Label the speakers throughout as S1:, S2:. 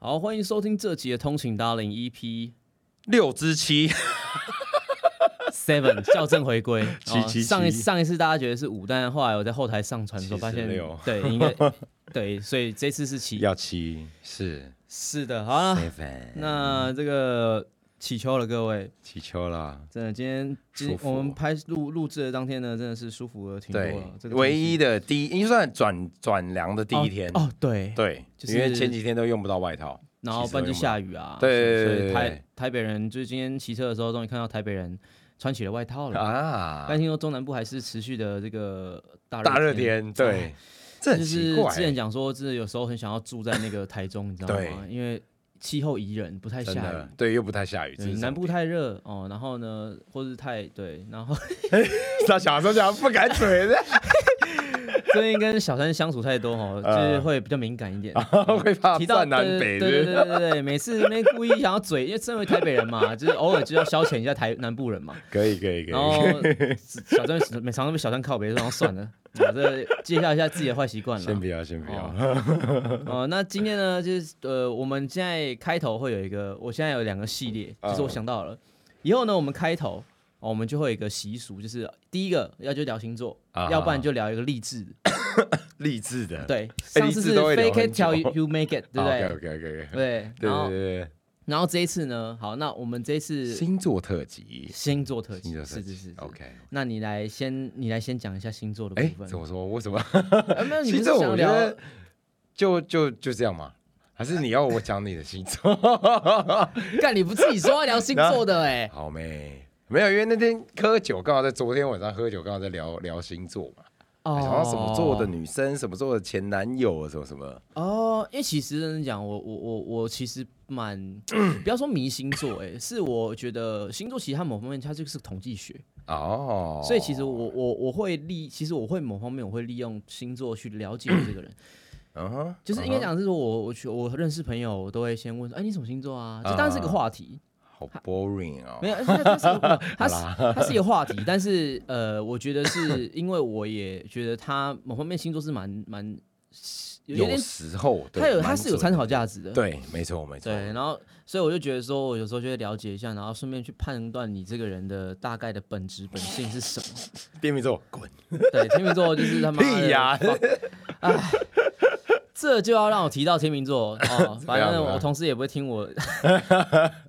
S1: 好，欢迎收听这集的《通勤 E 达人》EP
S2: 六之七，
S1: Seven 校正回归。
S2: 七
S1: 哦
S2: 七
S1: 上一
S2: 七
S1: 上一次大家觉得是五，但后来我在后台上传的时候发现
S2: 76，
S1: 对，应该对，所以这次是七。
S2: 要七是
S1: 是的，好了，
S2: seven，
S1: 啊那这个祈求了各位，
S2: 起秋啦。
S1: 真的今天今
S2: 舒服
S1: 我们拍录录制的当天呢，真的是舒服了挺多
S2: 对
S1: 了。这，个
S2: 唯
S1: 天气
S2: 一的第一，应该算转转凉的第一天。
S1: 哦，哦对，
S2: 对，
S1: 就是
S2: 因为前几天都用不到外套，
S1: 然后
S2: 骑
S1: 不
S2: 车
S1: 然就
S2: 用不
S1: 下雨啊。
S2: 对
S1: 所以
S2: 对
S1: 所以
S2: 对
S1: 台
S2: 对
S1: 台北人就是今天骑车的时候，终于看到台北人穿起了外套
S2: 到
S1: 了。
S2: 啊
S1: 但，听说中南部还是持续的这个大哎
S2: 大热，天，对，这很
S1: 就是
S2: 奇怪欸
S1: 之前讲说，就是有时候很想要住在那个台中，你知道吗？因为气候宜人，不太
S2: 真
S1: 下
S2: 的
S1: 雨。，
S2: 对，又不太下雨，这
S1: 对
S2: 是
S1: 南部太热哦，然后呢，或是太对，然后
S2: 他小时候讲不敢嘴的，
S1: 最近跟小三相处太多 哦，就是会比较敏感一点。
S2: 会怕
S1: 哦提到
S2: 站嗯啊南北
S1: 对对
S2: 的。
S1: 对对对对，每次那边故意想要嘴，因为身为台北人嘛， 就是偶尔就要消遣一下台南部 人嘛。
S2: 可以可以可
S1: 然
S2: 以，
S1: 后小张每常常被小张靠别然后算了， 我这介绍一下自己的坏习惯
S2: 先
S1: 了
S2: 不。要先不要，
S1: 哦、那今天呢，就是呃，我们现在开头会有一个，我现在有两个系列，就是
S2: 啊
S1: 我想到了，以后呢，我们开头哦，我们就会有一个习俗，就是第一个要就聊星座，
S2: 啊
S1: 要不然就聊一个励志的。
S2: 励志的，
S1: 对，
S2: 哎
S1: 上次
S2: 励
S1: 是
S2: 志都会聊
S1: fake
S2: 很
S1: it
S2: 久
S1: till you- you make it，对不对？
S2: ？OK OK OK，
S1: 对，
S2: 对
S1: 然
S2: 对
S1: 后
S2: 对
S1: 然后这一次呢，好，那我们这一
S2: 对，
S1: 次
S2: 星座特辑，
S1: 星座特辑
S2: 星，座特
S1: 是是是
S2: 辑
S1: 是
S2: ，OK。
S1: 那你来先，你来先讲一下星座的
S2: 哎
S1: 部，分
S2: 怎。么说？为什么？
S1: 啊没有，你不
S2: 星
S1: 是
S2: 座
S1: 想
S2: 我觉
S1: 聊
S2: 得？就就就这样嘛，还是你要我讲你的星座？
S1: 干，你不自己说要聊星座的 哎？
S2: 好妹，没有，因为那天喝酒，刚好在昨天晚上喝酒，刚好在聊聊星座嘛，
S1: 哦
S2: 哎想到什么座的女生，什么座的前男友，什么什么，
S1: 哦，因为其实认真讲，我我我我其实 蛮，不要说迷星座，哎，是我觉得星座其实它某方面它就是统计学，
S2: 哦，
S1: 所以其实我我我会利，其实我会某方面我会利用星座去了解我这 个人，
S2: 嗯哼，
S1: 就是应该讲是说我我去我认识朋友，我都会先问说，哎，你什么星座啊？这当然是个话题，
S2: 好 boring 嗯哦，
S1: 没有，哎它它是 个它是它是一个话题，但是呃，我觉得是因为我也觉得它某方面星座是蛮蛮有
S2: 有
S1: 点，
S2: 时候对
S1: 它有
S2: 蛮
S1: 它是有
S2: 准
S1: 参考价值的，
S2: 对，没错没错
S1: 对，，然后所以我就觉得说，我有时候就会了解一下，然后顺便去判断你这个人的大概的本质本性是什么。
S2: 天秤座滚
S1: 对，天秤座就是他妈的
S2: 屁呀，
S1: 这就要让我提到天秤座 哦，反正
S2: 怎么样
S1: 我同事也不会听我。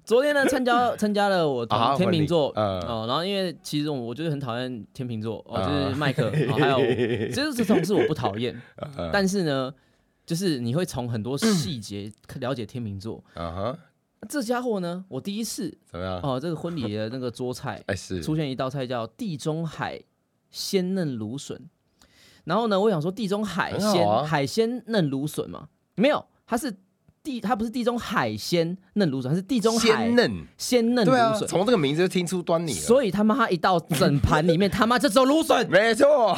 S1: 昨天呢，参加参加了我同
S2: 啊
S1: 天秤座
S2: 婚礼嗯
S1: 哦，然后因为其实我我就是很讨厌天秤座哦，
S2: 啊
S1: 就是麦克，哦 还有我其实这同事我不讨厌，
S2: 嗯
S1: 但是呢，就是你会从很多细节了解天秤座。
S2: 嗯哼，
S1: 这家伙呢，我第一次
S2: 怎么样？
S1: 哦，这个婚礼的那个桌菜
S2: 哎啊 是
S1: 出现一道菜叫地中海鲜嫩芦笋。然后呢，我想说地中海
S2: 很
S1: 鲜、
S2: 好啊
S1: 海鲜嫩芦笋嘛，没有，它是地它不是地中海鲜嫩芦笋，它是地中海
S2: 鲜嫩，
S1: 鲜嫩芦
S2: 对啊，
S1: 笋。
S2: 从这个名字就听出端倪了，
S1: 所以他妈他一到整盘里面他妈就只有芦 笋
S2: 没错。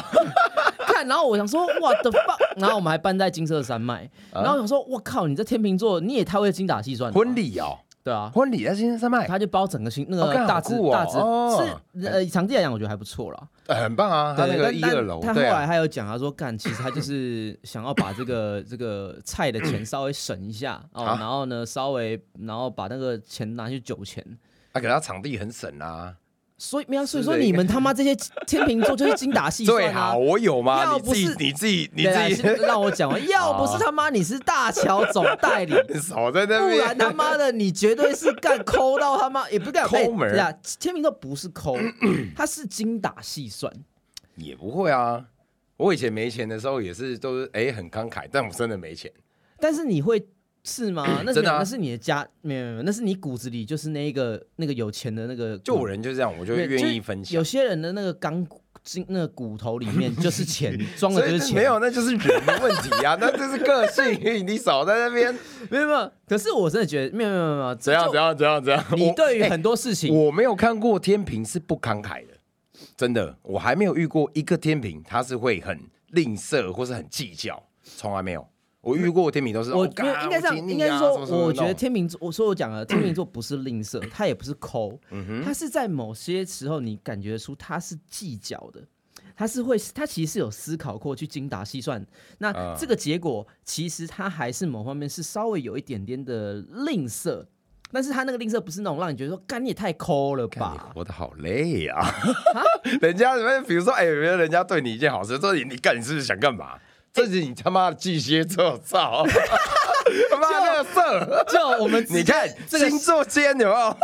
S1: 看，然后我想说我的 fuck，然后我们还办在金色山脉，然后我想说我靠，你这天秤座你也太会精打细算了吧，
S2: 啊婚礼哦，
S1: 对啊，
S2: 婚礼在新生山脉，
S1: 他就包整个新那
S2: 哎哦
S1: 个
S2: 干好
S1: 大致、
S2: 酷哦
S1: 大致、
S2: 哦
S1: 是呃场地来讲我觉得还不错啦，
S2: 呃很棒啊，他那个
S1: 但
S2: 一
S1: 但
S2: 二楼，
S1: 他后
S2: 对
S1: 来
S2: 啊，
S1: 还有讲，他说干，其实他就是想要把这个这个菜的钱稍微省一 下哦，
S2: 啊
S1: 然后呢稍微然后把那个钱拿去酒钱。
S2: 他给他场地很省啊，
S1: 所以没有，所以
S2: 是
S1: 说
S2: 的
S1: 你们他妈这些天秤座就是精打细算
S2: 最
S1: 啊
S2: 好！我有吗？
S1: 要
S2: 你
S1: 不
S2: 自
S1: 是
S2: 己你自己你
S1: 对啊
S2: 自己
S1: 先让我讲 完，要不是他妈你是大乔总代理，
S2: 少在
S1: 不
S2: 那
S1: 然他
S2: 边，
S1: 妈的你绝对是干抠到他妈也不是干
S2: 抠
S1: 哎
S2: 门儿
S1: 对啊，天秤座不是 抠，他是精打细算。
S2: 也不会啊。我以前没钱的时候也是都是哎很慷慨，但我真的没钱，
S1: 但是你会是吗？ 那是
S2: 真的啊
S1: 那是你的家，没有没有，那是你骨子里就是那一个那个有钱的那个骨，
S2: 就我人就这样，我就
S1: 对
S2: 愿意
S1: 就
S2: 分
S1: 有
S2: 享。
S1: 些人的那个钢骨筋那个骨头里 面就是钱，装的
S2: 所
S1: 就是
S2: 以
S1: 钱。
S2: 没有，那就是人的问题啊，那这是个性。 你少在那边，
S1: 没有没有。可是我真的觉得没有没有没有没有。
S2: 怎样
S1: 就
S2: 怎样怎样怎样？
S1: 你
S2: 我
S1: 对于
S2: 哎
S1: 很多事情，
S2: 我没有看过天平是不慷慨的，真的，我还没有遇过一个天平，他是会很吝啬或是很计较，从来没有。我遇过的天平都是，
S1: 我
S2: 哦
S1: 觉得
S2: 干
S1: 应该这样，
S2: 我尽力啊
S1: 应该是说
S2: 什么，什么
S1: 我觉得
S2: 那种
S1: 天秤座，我说我讲了，天秤座不是吝啬，
S2: 嗯
S1: 他也不是抠，他是在某些时候你感觉出他是计较的。他是会，他其实是有思考过去精打细算。那
S2: 啊
S1: 这个结果其实他还是某方面是稍微有一点点的吝啬，但是他那个吝啬不是那种让你觉得说，干你也太抠了
S2: 看你
S1: 吧？
S2: 活得好累啊！ 人家比如说，哎、有没有人家对你一件好事，说你你干，你是不是想干
S1: 哎
S2: 嘛？这是你他妈的巨蟹座， 操！他妈的色！
S1: 就我们
S2: 你看
S1: 这个
S2: 星座间有没有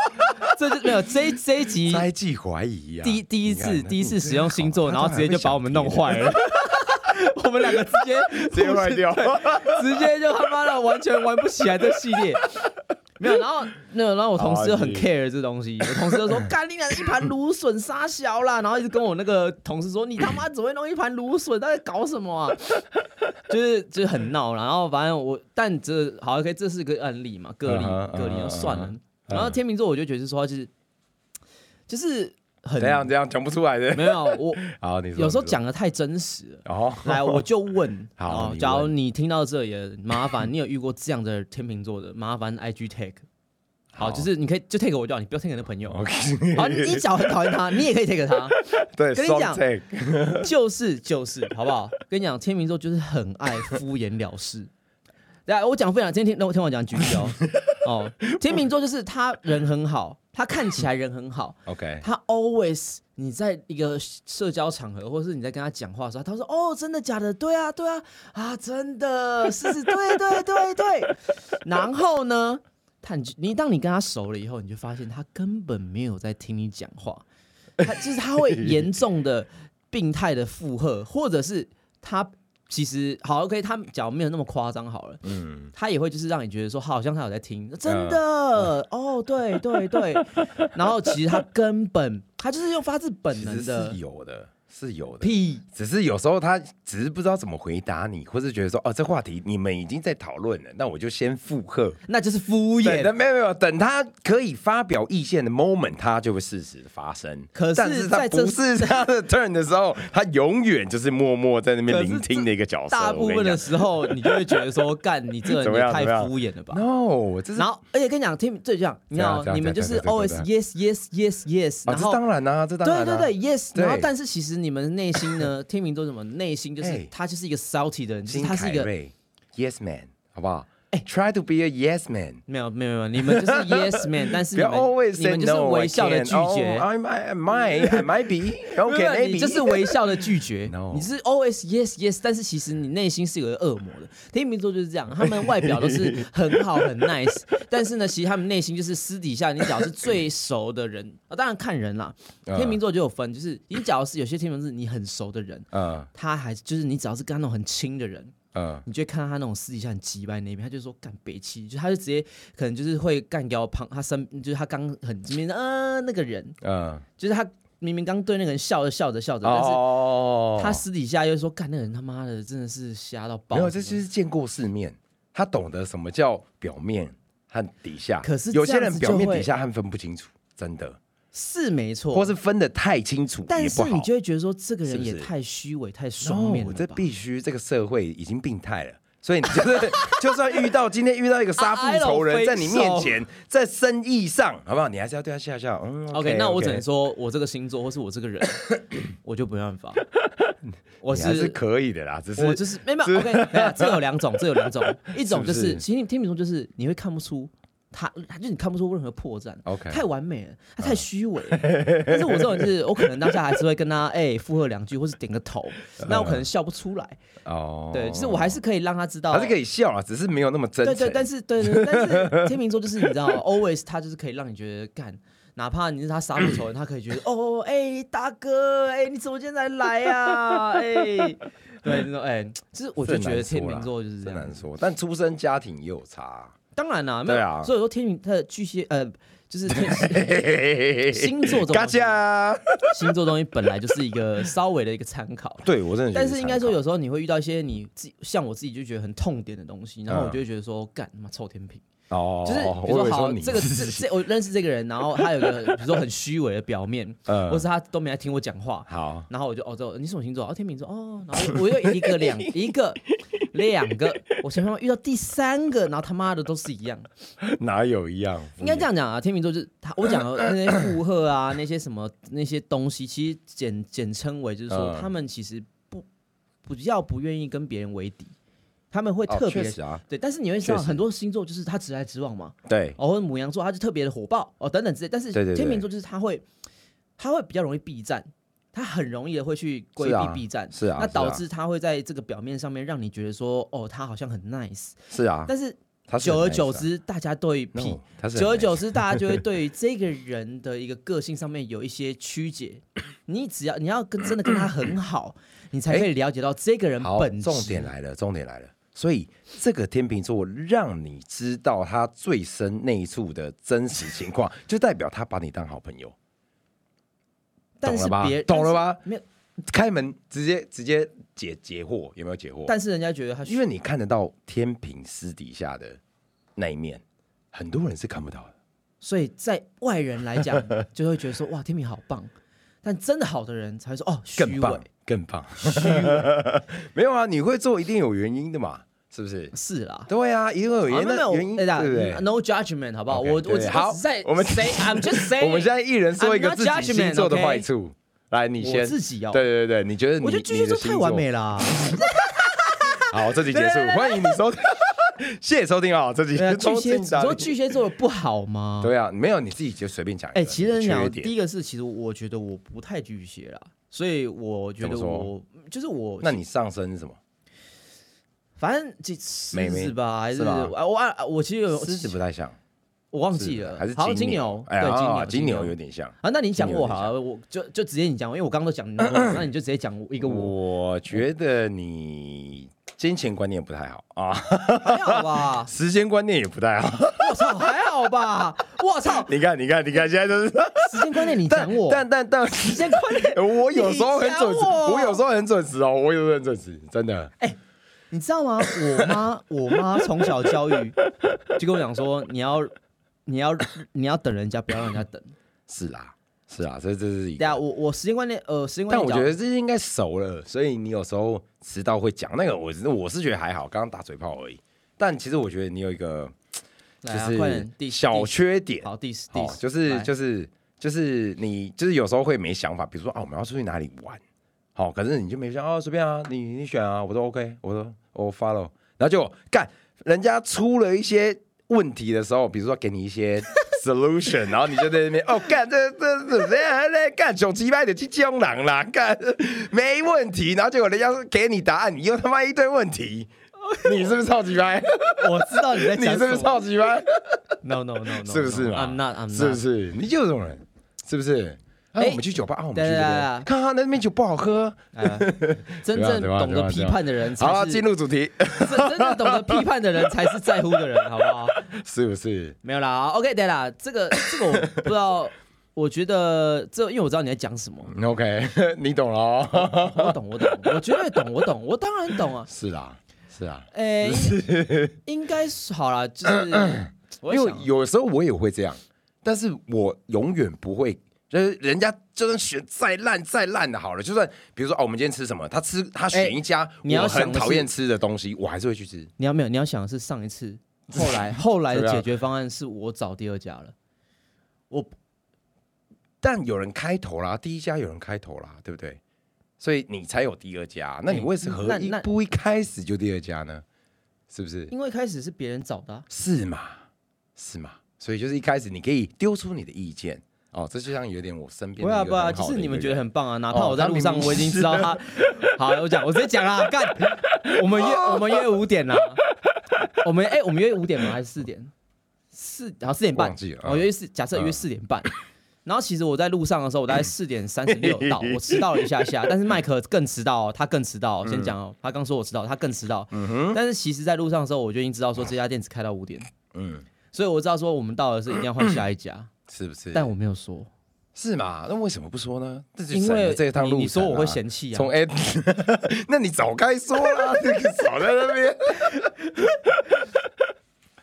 S1: 这就没有这一这一集
S2: 猜忌怀疑呀、啊？
S1: 第第一次
S2: 你看
S1: 第一次使用星 座，
S2: 他
S1: 然后直接就把我们弄坏了。 我们两个直接
S2: 直接坏掉，
S1: 直接就他妈的完全玩不起来这系列。没有，然后没有，然后我同事就很
S2: 好啊
S1: care 这东西，我同事就说：“干你俩一盘芦笋杀小啦！”然后一直跟我那个同事说：“你他妈只会弄一盘芦笋，到底搞什么啊？” 就是就是很闹，然后反正我，但这好 OK，这是个案例嘛，个例
S2: 嗯哼
S1: 个例，
S2: 嗯哼
S1: 就算了
S2: 嗯。
S1: 然后天秤座，我就觉得说，就是就是很
S2: 怎样怎样讲不出来的。
S1: 没有我
S2: 好，你说
S1: 有时候
S2: 你说
S1: 讲的太真实 了。
S2: 哦，
S1: 来，我就问，
S2: 好
S1: 哦
S2: 你
S1: 假如
S2: 问
S1: 你听到这里了，麻烦你有遇过这样的天秤座的，麻烦 IG tag。好，
S2: 好哦
S1: 就是你可以就 tag 我就好，你不要 tag 你的朋友。
S2: OK，
S1: 好，你你 假如很讨厌 他，你也可以 tag 他，
S2: 对，
S1: 跟你
S2: soft
S1: 讲
S2: take
S1: 就是就是，好不好？跟你讲，天秤座就是很爱敷衍了事。来，我讲分享，今天听我听我讲举例哦。哦，天秤座就是他人很好，他看起来人很好，
S2: OK，
S1: 他 always 你在一个社交场合，或是你在跟他讲话的时候，他说：“哦，真的假的？对啊，对啊，啊，真的是是，对对对对。” 然后呢，他你你当你跟他熟了以后，你就发现他根本没有在听你讲话，他就是他会严重的病态的附和，或者是他其实好 OK，他假如没有那么夸张好了，
S2: 嗯，
S1: 他也会就是让你觉得说，好像他有在听，真的、哦，对对对。然后其实他根本 他就是用发自本
S2: 其实
S1: 能
S2: 是
S1: 的
S2: 有的，是有的。
S1: 屁，
S2: 只是有时候他只是不知道怎么回答你，或是觉得说哦，这话题你们已经在讨论了，那我就先附和。
S1: 那就是敷
S2: 等
S1: 衍。
S2: 没有没有，等他可以发表意见的 moment，他就会适时地发生。
S1: 可是
S2: 但是他
S1: 在这
S2: 不是他的 turn 的时候，他永远就是默默在那边聆听的一个角色。
S1: 大部
S2: 我
S1: 分
S2: 跟你
S1: 的
S2: 讲
S1: 时候，你就会觉得说，干你这
S2: 怎
S1: 人
S2: 么
S1: 也
S2: 样
S1: 太
S2: 怎么样
S1: 敷衍了吧。
S2: ，no，这是
S1: 然后，而且跟你讲，听这就这样，你知道
S2: 这样这样
S1: 你们就是
S2: 这样这样
S1: always
S2: 这样
S1: yes yes yes yes，
S2: 啊，
S1: 然
S2: 这
S1: 后
S2: 当然啦、这当然、
S1: 对
S2: 啊、
S1: 对对 yes，
S2: 对
S1: 然后但是其实你们内心 呢，天秤座什么内心就是
S2: 哎
S1: 他就是一个 salty 的人，就是
S2: 金
S1: 他是
S2: 凯
S1: 一个
S2: 瑞，yes man，好不好？哎、t r y to be a yes man。
S1: 没有没有没有，你们就是 yes man，但是
S2: 不
S1: 你
S2: 要
S1: 们
S2: always
S1: 你
S2: say
S1: 们就是
S2: no，
S1: 微笑的拒绝。
S2: I m I might I might be
S1: 没
S2: OK
S1: 有
S2: maybe
S1: 啊你就是微笑的拒绝
S2: No
S1: 你是 always yes yes，但是其实你内心是有个恶魔的。天秤座就是这样，他们外表都是很好很 nice，但是呢，其实他们内心就是私底下，你只要是最熟的人啊，当然看人啦。
S2: 嗯
S1: 天秤座就有分，就是你只要是有些天秤座是你很熟的人，
S2: 嗯
S1: 他还就是你只要是跟他那种很亲的人，
S2: 嗯，
S1: 你就会看到他那种私底下很急掰那一面，他就说干北气，就他就直接可能就是会干掉旁他身，就是他刚很明明呃那个人，
S2: 嗯，
S1: 就是他明明刚对那个人笑着笑着笑着，但是
S2: 哦
S1: 他私底下又说干那个人他妈的真的是瞎到爆。
S2: 没有，这就是见过世面，他懂得什么叫表面和底下。
S1: 可是
S2: 有些
S1: 这样
S2: 人
S1: 子
S2: 表面
S1: 就会
S2: 底下和分不清楚，真的，
S1: 是没错，
S2: 或是分的太清楚
S1: 但
S2: 也
S1: 是
S2: 不
S1: 你
S2: 好。
S1: 就会觉得说这个人
S2: 是
S1: 也
S2: 不是
S1: 太虚伪、太双面
S2: No，
S1: 了
S2: 这
S1: 吧。
S2: 必须，这个社会已经病态了。所以你就是 就算遇到今天遇到一个杀父仇人在你面 前，在生意上，好不好？你还是要对他笑笑。嗯
S1: OK，那我只能
S2: 说
S1: 说我这个星座或是我这个 人，我就没办 法。我
S2: 你还是可以的啦，只是
S1: 我就是没有没有 OK，没有这有两种，这有 两种，一种就是其实天秤座就是你会看不出他，他就是你看不出任何破绽
S2: OK 嗯
S1: 太完美了，他太虚伪了。但是我这种就是我可能当下还是会跟他哎附和两句，或是点个头，
S2: 嗯
S1: 那我可能笑不出来，
S2: 哦，
S1: 对，就是我还是可以让他知道，
S2: 还是可以笑啊，只是没有那么真
S1: 对
S2: 诚。
S1: 对，但是对对，但是天秤座就是你知道，always 他就是可以让你觉得干。哪怕你是他杀父仇人，他可以觉得哦，哎、大哥，哎、你怎么现在来呀、啊？ 哎、对，那种哎，就是我就觉得天秤座就是这
S2: 真
S1: 样
S2: 难。说，但出生家庭也有差啊、
S1: 当然啦、没
S2: 对
S1: 有，
S2: 啊
S1: 所以说天秤他的巨蟹呃，就是天 星座这
S2: 嘎
S1: 种
S2: 加，
S1: 星座东西本来就是一个稍微的一个参考，
S2: 对我真的觉得
S1: 但
S2: 参考，
S1: 是应该说有
S2: 嗯
S1: 时候你会遇到一些你自己像我自己就觉得很痛点的东西，然后我就会觉得说干他妈臭天平，
S2: 哦，
S1: 就是比
S2: 我
S1: 如
S2: 以为
S1: 说好，
S2: 你
S1: 这 个这这我认识这个人，然后他有个比如说很虚伪的表面，
S2: 嗯
S1: 或是他都没来听我讲话，
S2: 好，
S1: 然后我就哦，这你什么星座？哦，天秤座哦，然后我又一个 两一个两个，我前面遇到第三个，然后他妈的都是一样，
S2: 哪有一样？
S1: 应该这样讲啊，天秤座就是他，我讲的那些附和啊，那些什么那些东西，其实简简称为就是说，
S2: 嗯
S1: 他们其实不不要不愿意跟别人为敌，他们会
S2: 哦
S1: 特别、
S2: 确实啊，
S1: 对，但是你会知
S2: 确
S1: 道
S2: 实
S1: 很多星座就是他直来直往嘛，
S2: 对，
S1: 哦，或者母羊座他就特别的火爆哦等等之类，但是
S2: 对对对
S1: 天秤座就是他会他会比较容易避战，他很容易的会去规
S2: 是啊
S1: 避避战。
S2: 是啊，
S1: 那导
S2: 是啊
S1: 致他会在这个表面上面让你觉得说，哦，他好像很 nice，
S2: 是啊，
S1: 但是
S2: 他是
S1: 久
S2: 很
S1: 而
S2: nice
S1: 久
S2: 啊
S1: 之，大家对
S2: No，
S1: 屁
S2: 他是很
S1: 久而
S2: nice
S1: 久之，大 家就会对于这个人的一个个性上面有一些曲解。你只要你要跟真的跟他很好，你才可以了解到这个人
S2: 好，
S1: 本质。
S2: 重点啊来了，重点来了。所以这个天秤座让你知道他最深内处的真实情况， 就代表他把你当好朋友，
S1: 但
S2: 懂
S1: 是
S2: 了吧
S1: 别？
S2: 懂了？吧
S1: 但？是没有，
S2: 开门直接直接解解惑，有没有解惑？
S1: 但是人家觉得他
S2: 因为你看得到天平私底下的那一面，很多人是看不到的。
S1: 所以在外人来 讲，就会觉得说哇，天平好棒。但真的好的人才会说哦，虚
S2: 更棒
S1: 伪，
S2: 更棒。 没有啊，你会做一定有原因的嘛，是不是？
S1: 是啦。
S2: 对啊，一定会有原
S1: 啊
S2: 因，
S1: 没有
S2: 那原因
S1: 哎呀
S2: 对不对？
S1: n o judgment，好不好？
S2: OK，
S1: 我我
S2: 对
S1: 只
S2: 好
S1: 我只在
S2: 我们
S1: say I'm just saying，
S2: 我们现在一人说一
S1: 哎 I'm
S2: 个
S1: not
S2: 自己星座的
S1: judgment，OK？
S2: 坏处。来，你
S1: 我
S2: 先。
S1: 自己哦，
S2: 对对对，你觉得你
S1: 我觉得巨蟹座太完美
S2: 了。
S1: 了 啊。
S2: 好，这 集结束，欢迎你收听， 谢谢收听啊，这集
S1: 对啊，巨
S2: 终
S1: 蟹，
S2: 身
S1: 你
S2: 长
S1: 说巨蟹座的不好吗？
S2: 对啊，没有你自己就随便讲一个。
S1: 哎、其实
S2: 你的缺
S1: 讲第
S2: 点，
S1: 一个是，其实我觉得我不太巨蟹啦，所以我觉
S2: 怎么
S1: 得
S2: 说
S1: 我就是我，
S2: 那你上升是什么？
S1: 反正这狮
S2: 妹妹
S1: 子吧，还
S2: 是
S1: 是
S2: 吧
S1: 啊我啊我其实有
S2: 狮子不太像，
S1: 我忘
S2: 是
S1: 记
S2: 的
S1: 了，
S2: 还是
S1: 好像金
S2: 牛
S1: 牛？，
S2: 哎
S1: 对，金牛
S2: 啊，金牛有
S1: 牛。
S2: 点像。
S1: 啊，那你讲
S2: 金牛
S1: 我
S2: 有点嗯
S1: 好了，我就就直接你讲，因为我刚刚都讲你那么多了，那你就直接讲一个我，
S2: 我觉得你金钱观念不太好啊，？
S1: 还好吧
S2: 时间观念也不太好。
S1: 我操，还好吧？我操，
S2: 你看，你看，你看，现在都是。
S1: 时间观念你
S2: 但
S1: 讲我，
S2: 但但但，
S1: 时间观念
S2: 哎我有时候很准
S1: 你
S2: 时，
S1: 讲我
S2: 我有时候很准时哦，我有时候很准时，真的。
S1: 你知道吗？我妈，我妈从小教育就跟我讲说，你要，你要，你要等人家，不要让人家 等。
S2: 是啦，是啦，这这是一
S1: 对啊，
S2: 个。
S1: 我我时间观念，呃，时间观
S2: 但
S1: 念
S2: 我
S1: 讲，
S2: 觉得这应该熟了，所以你有时候迟到会讲那个，我我是觉得还好，刚刚打嘴炮而已。但其实我觉得你有一个就
S1: 来啊快点
S2: 是
S1: 第
S2: 小
S1: 第
S2: 缺点，
S1: 好第四第
S2: 哦，
S1: 四
S2: 就是
S1: 来
S2: 就是就是你就是有时候会没想法，比如说啊，我们要出去哪里玩，好、可是你就没想哦，随便啊，你你选啊，我说 OK，我说我 follow，然后就干，人家出了一些问题的时候，比如说给你 一些 solution，然后你就在那边哦干，这这这这样在干九七八的去江郎啦，干没问题，然后结果人家说给你答案，你又他妈一堆问 题。你是不是超级歪？
S1: 我知道你在
S2: 你
S1: 讲
S2: 是
S1: 什
S2: 不
S1: 么
S2: 是超级歪？
S1: No no no no，
S2: 是不是嘛
S1: ？I'm not I'm
S2: 是不
S1: not。
S2: 是？你就是这种人，是不是？啊，
S1: 哎
S2: 我们去酒吧啊，我们去这
S1: 对对
S2: 边
S1: 对对
S2: 看他那边酒不好喝。
S1: 哎真
S2: 对啊
S1: 正
S2: 对啊
S1: 懂
S2: 对啊
S1: 得批
S2: 对啊
S1: 判的人
S2: 好
S1: 才
S2: 了，
S1: 是，
S2: 进入主题，
S1: 真真正懂得批判的人才是在乎的人，好不好？
S2: 是不是？
S1: 没有啦，OK，对啦，这个这个我不知道，我觉得这因为我知道你在讲什么，
S2: 嗯 OK，你 懂了哦。
S1: 我懂我懂，我绝对懂我懂，我当然懂啊。
S2: 是啦，是啊啦，
S1: 诶，应该是好啦，就是 我
S2: 因
S1: 在
S2: 为
S1: 想
S2: 有时候我也会这样，但是我永远不会。就是人家就算选再烂再烂的好了，就算比如说哦，我们今天吃什么，他吃他选一家
S1: 哎你要
S2: 我
S1: 想
S2: 很
S1: 的是
S2: 讨厌吃的东西，我还是会去吃。
S1: 你要没有，你要想的是上一次，后 来后来
S2: 怎
S1: 的
S2: 么样
S1: 解决方案是我找第二家了，我
S2: 但有人开头啦，第一家有人开头啦，对不对？所以你才有第二家，那你为什么
S1: 那
S2: 一
S1: 那
S2: 不一开始就第二家呢？是不是？
S1: 因为开始是别人找的啊、
S2: 是嘛？是嘛？所以就是一开始你可以丢出你的意见哦，这就像有点我身边
S1: 不
S2: 的
S1: 会啊
S2: 一
S1: 不
S2: 个
S1: 会啊，
S2: 很好
S1: 就
S2: 的一个
S1: 是
S2: 人。
S1: 你们觉得很棒啊，哪怕
S2: 哦
S1: 我在
S2: 他
S1: 路
S2: 明
S1: 上
S2: 明
S1: 我已经知道他， 好，我讲，我直接讲啦，干，我们约
S2: 哦
S1: 我们约五点啦，啊我们哎、我们约五点吗？还是四点？四，好四点半
S2: 忘记了，嗯
S1: 我约四，假设约四点半。然后其实我在路上的时候，我大 概四点三十六到，我迟到了一下下，但是麦克更迟到、哦，他更迟到、哦。
S2: 嗯
S1: 先讲哦，他刚说我迟到，他更迟到。但是其实，在路上的时候，我就已经知道说这家店只开到五点，
S2: 嗯，
S1: 所以我知道说我们到的是一定要换下一家，
S2: 是不是？
S1: 但我没有说，
S2: 是嘛？那为什么不说呢？这就
S1: 因
S2: 省了
S1: 为
S2: 这一趟
S1: 你
S2: 路
S1: 你说
S2: 程
S1: 我会
S2: 啊
S1: 嫌弃啊
S2: 从，A，那你早该说啦，那个少在那边。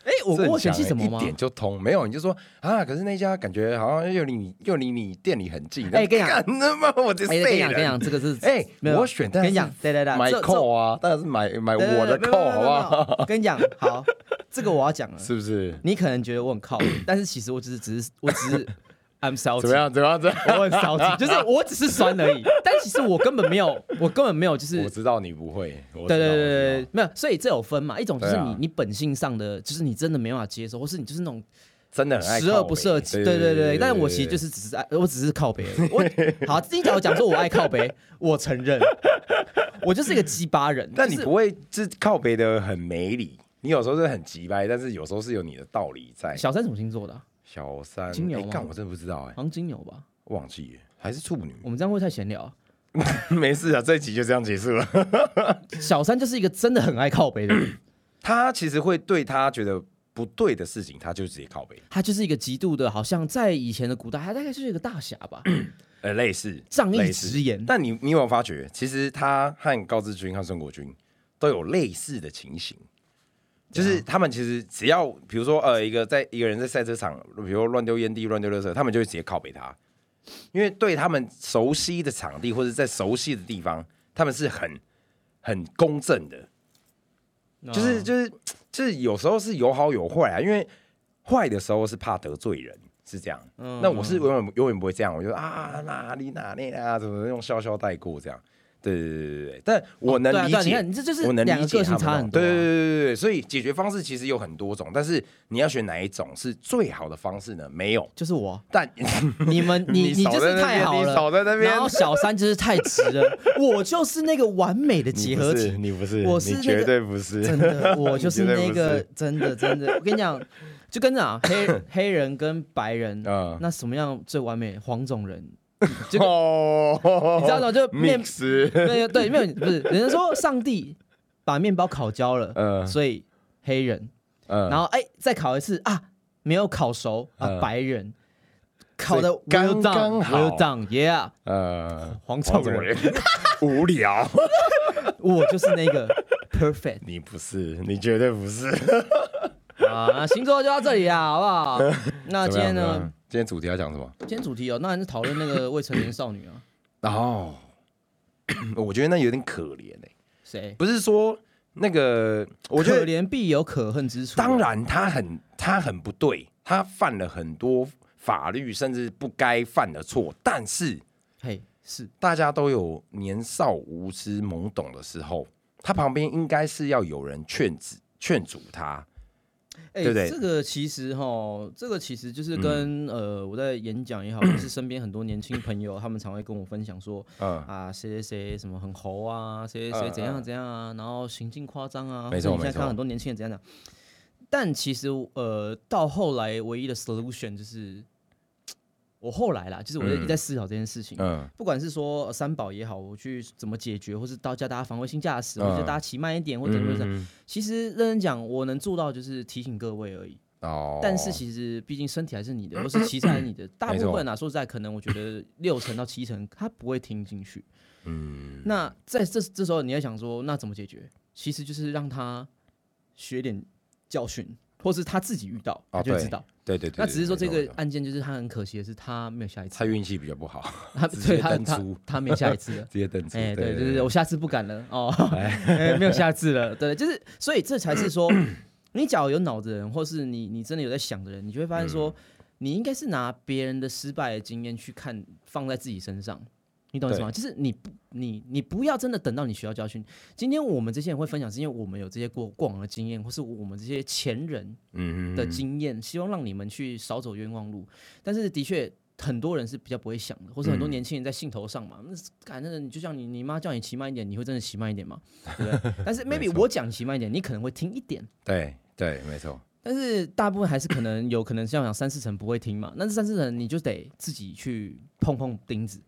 S1: 哎、我
S2: 这很
S1: 我选
S2: 强
S1: 是
S2: 欸
S1: 什么
S2: 一
S1: 吗？
S2: 点就通，没有你就说啊，可是那家感觉好像又离你又离你店里很近。
S1: 哎跟你讲
S2: 干他妈我这
S1: 哎，跟你讲，跟你
S2: 人
S1: 讲，这个是
S2: 哎
S1: 没有
S2: 我选但
S1: 跟你
S2: 是
S1: 讲，对对对，
S2: 买
S1: 这这
S2: 扣啊，当然是买买
S1: 对对对
S2: 我的
S1: 没有
S2: 扣，
S1: 没有没有
S2: 好不好？
S1: 没 有跟你讲，好，这个我要讲了。
S2: 是不是？
S1: 你可能觉得我很靠谱，但是其实我只是只是我只 是 I'm
S2: 怎么
S1: salty，
S2: 样？怎么样？怎么样？
S1: 我很 salty，就是我只是酸而已。但其实我根本没有，我根本没有，就是
S2: 我知道你不会。我
S1: 对对
S2: 知道
S1: 对对
S2: 我知
S1: 对
S2: 道，
S1: 没有，所以这有分嘛，一种就是
S2: 对
S1: 你
S2: 啊
S1: 你本性上的，就是你真的没办法接受，或是你就是那种
S2: 真的很爱
S1: 十恶
S2: 靠
S1: 不
S2: 北
S1: 赦己，对对对。但我其实就是只是爱，我只是靠北而已。我好，今天我讲说我爱靠北，我承认，我就是一个鸡巴人。
S2: 但
S1: 就
S2: 你
S1: 是
S2: 不会是靠北的很没理，你有时候是很急掰，但是有时候是有你的道理在。
S1: 小三什么星座的啊？
S2: 小三，
S1: 金牛
S2: 哎
S1: 吗
S2: 干我真的不知道哎，
S1: 好像金牛吧？
S2: 忘记了还是处女。
S1: 我们这样会太闲聊啊。
S2: 没事啊，这一集就这样结束了。
S1: 小三就是一个真的很爱靠北的人，
S2: 他其实会对他觉得不对的事情，他就直接靠北，
S1: 他就是一个极度的，好像在以前的古代，他大概就是一个大侠吧，
S2: 呃，类似
S1: 仗义
S2: 类似
S1: 直言。
S2: 但你你有没有发觉，其实他和高志军和孙国军都有类似的情形，就是他们其实只要比如说呃一个在一个人在赛车场，比如乱丢烟蒂、乱丢垃圾，他们就会直接拷贝他，因为对他们熟悉的场地或者在熟悉的地方，他们是很很公正的，
S1: 嗯
S2: 嗯
S1: 啊
S2: 就是就是就是有时候是有好有坏啊，因为坏的时候是怕得罪人，是这样。
S1: 嗯
S2: 那我是永远永远不会这样，我就啊哪里哪里啊，怎么用笑笑带过这样。对对对对对，但我能
S1: 对啊
S2: 理
S1: 对啊你
S2: 解，
S1: 看你这就是
S2: 我能
S1: 两
S2: 理
S1: 个
S2: 解
S1: 个
S2: 他
S1: 性
S2: 们
S1: 差
S2: 的
S1: 很多啊
S2: 对对对对对对，所以解决方式其实有很多种，但是你要选哪一种是最好的方式呢？没有，
S1: 就是我，
S2: 但
S1: 你们你
S2: 你
S1: 就
S2: 少在
S1: 是
S2: 那边
S1: 太好
S2: 你少在那
S1: 了，
S2: 边
S1: 然后小三就是太直了，我就是那个完美的结合体，
S2: 你不是，
S1: 我是那个
S2: 你绝对不是，
S1: 真的，我就是
S2: 你绝对
S1: 那
S2: 不
S1: 个
S2: 是
S1: 真的真的，我跟你讲，就跟啊黑 黑人跟白人，
S2: 嗯
S1: 那什么样最完美？黄种 人，这个
S2: 哦，
S1: 你知道吗？ 就面
S2: mix，
S1: 那个对，没有不是，人家说上帝把面包烤焦了，
S2: 嗯
S1: 所以黑人，
S2: 嗯
S1: 然后哎再烤一次啊，没有烤熟啊，
S2: 嗯
S1: 白人。烤的
S2: 所以刚刚好
S1: well done，yeah，
S2: 呃，
S1: 黄种人，
S2: 无聊，
S1: 我就是那个 perfect
S2: 你不是，你绝对不是。
S1: 啊。那星座就到这里啊，好不 好？ 那今天
S2: 怎么样
S1: 呢？？
S2: 今天主题要讲什么？
S1: 今天主题哦，那还是讨论那个未成年少女啊，
S2: 哦，我觉得那有点可怜哎、
S1: 谁？
S2: 不是说那个，我觉
S1: 可
S2: 得
S1: 怜必有可恨之处。啊
S2: 当，然他很他很不对，他犯了很多法律甚至不该犯的错，但是
S1: 嘿，是
S2: 大家都有年少无知懵懂的时候，他旁边应该是要有人劝止劝阻他，
S1: 哎、
S2: 对不对嗯
S1: 这个其实哈，这个其实就是跟、呃，我在演讲 也好，或是身边很多年轻朋友，他们常会跟我分享说
S2: 嗯。
S1: 啊，谁谁谁什么很猴啊，谁谁谁
S2: 嗯
S1: 怎样
S2: 嗯
S1: 怎样啊，然后行径夸张啊，
S2: 没错
S1: 或者你现在
S2: 没错
S1: 看到很多年轻人怎样讲。但其实呃，到后来唯一的 solution 就是，我后来啦，就是我在一直
S2: 嗯
S1: 在思考这件事情。
S2: 嗯，
S1: 不管是说呃三宝也好，我去怎么解决，或是到叫大家防卫性驾驶，
S2: 嗯
S1: 或者叫大家骑慢一点，或者怎么样。
S2: 嗯
S1: 其实认真讲，我能做到就是提醒各位而已。
S2: 哦，嗯
S1: 但是其实毕竟身体还是你的，或是骑车还是你的。大部分啊，说实在，可能我觉 得六成到七成他不会听进去。嗯，那在这这时候你要想说，那怎么解决？其实就是让他学点教训，或是他自己遇到，他
S2: 哦
S1: 就会
S2: 对
S1: 知道。
S2: 对对对，
S1: 那只是说这
S2: 没错没
S1: 个
S2: 错
S1: 案件就是他很可惜的是，他没有下一次
S2: 他，运气比较不好，
S1: 他
S2: 直
S1: 对
S2: 接
S1: 他
S2: 登
S1: 他
S2: 出
S1: 他没有下一次了。
S2: 直接登出。
S1: 哎、对对对，我下次不敢了哦， 哎，没有下次了，对，就是所以这才是 说，你假如有脑子的人，或是你你真的有在想的人，你就会发现说，你应该是拿别人的失败的经验去看，放在自己身上，你懂我意思吗？就是你不你你不要真的等到你学到教训。今天我们这些人会分享，是因为我们有这些过过往的经验，或是我们这些前人
S2: 嗯
S1: 的经验，希望让你们去少走冤枉路。但是的确，很多人是比较不会想的，或是很
S2: 嗯
S1: 多年轻人在兴头上嘛，那是感那你就像你你妈叫你骑慢一点，你会真的骑慢一点吗？对不对？ 但是 maybe 我讲骑慢一点，你可能会听一点。
S2: 对对，没错，
S1: 但是大部分还是可能有可能像讲三四成不会听嘛，那这三四成你就得自己去碰碰钉子。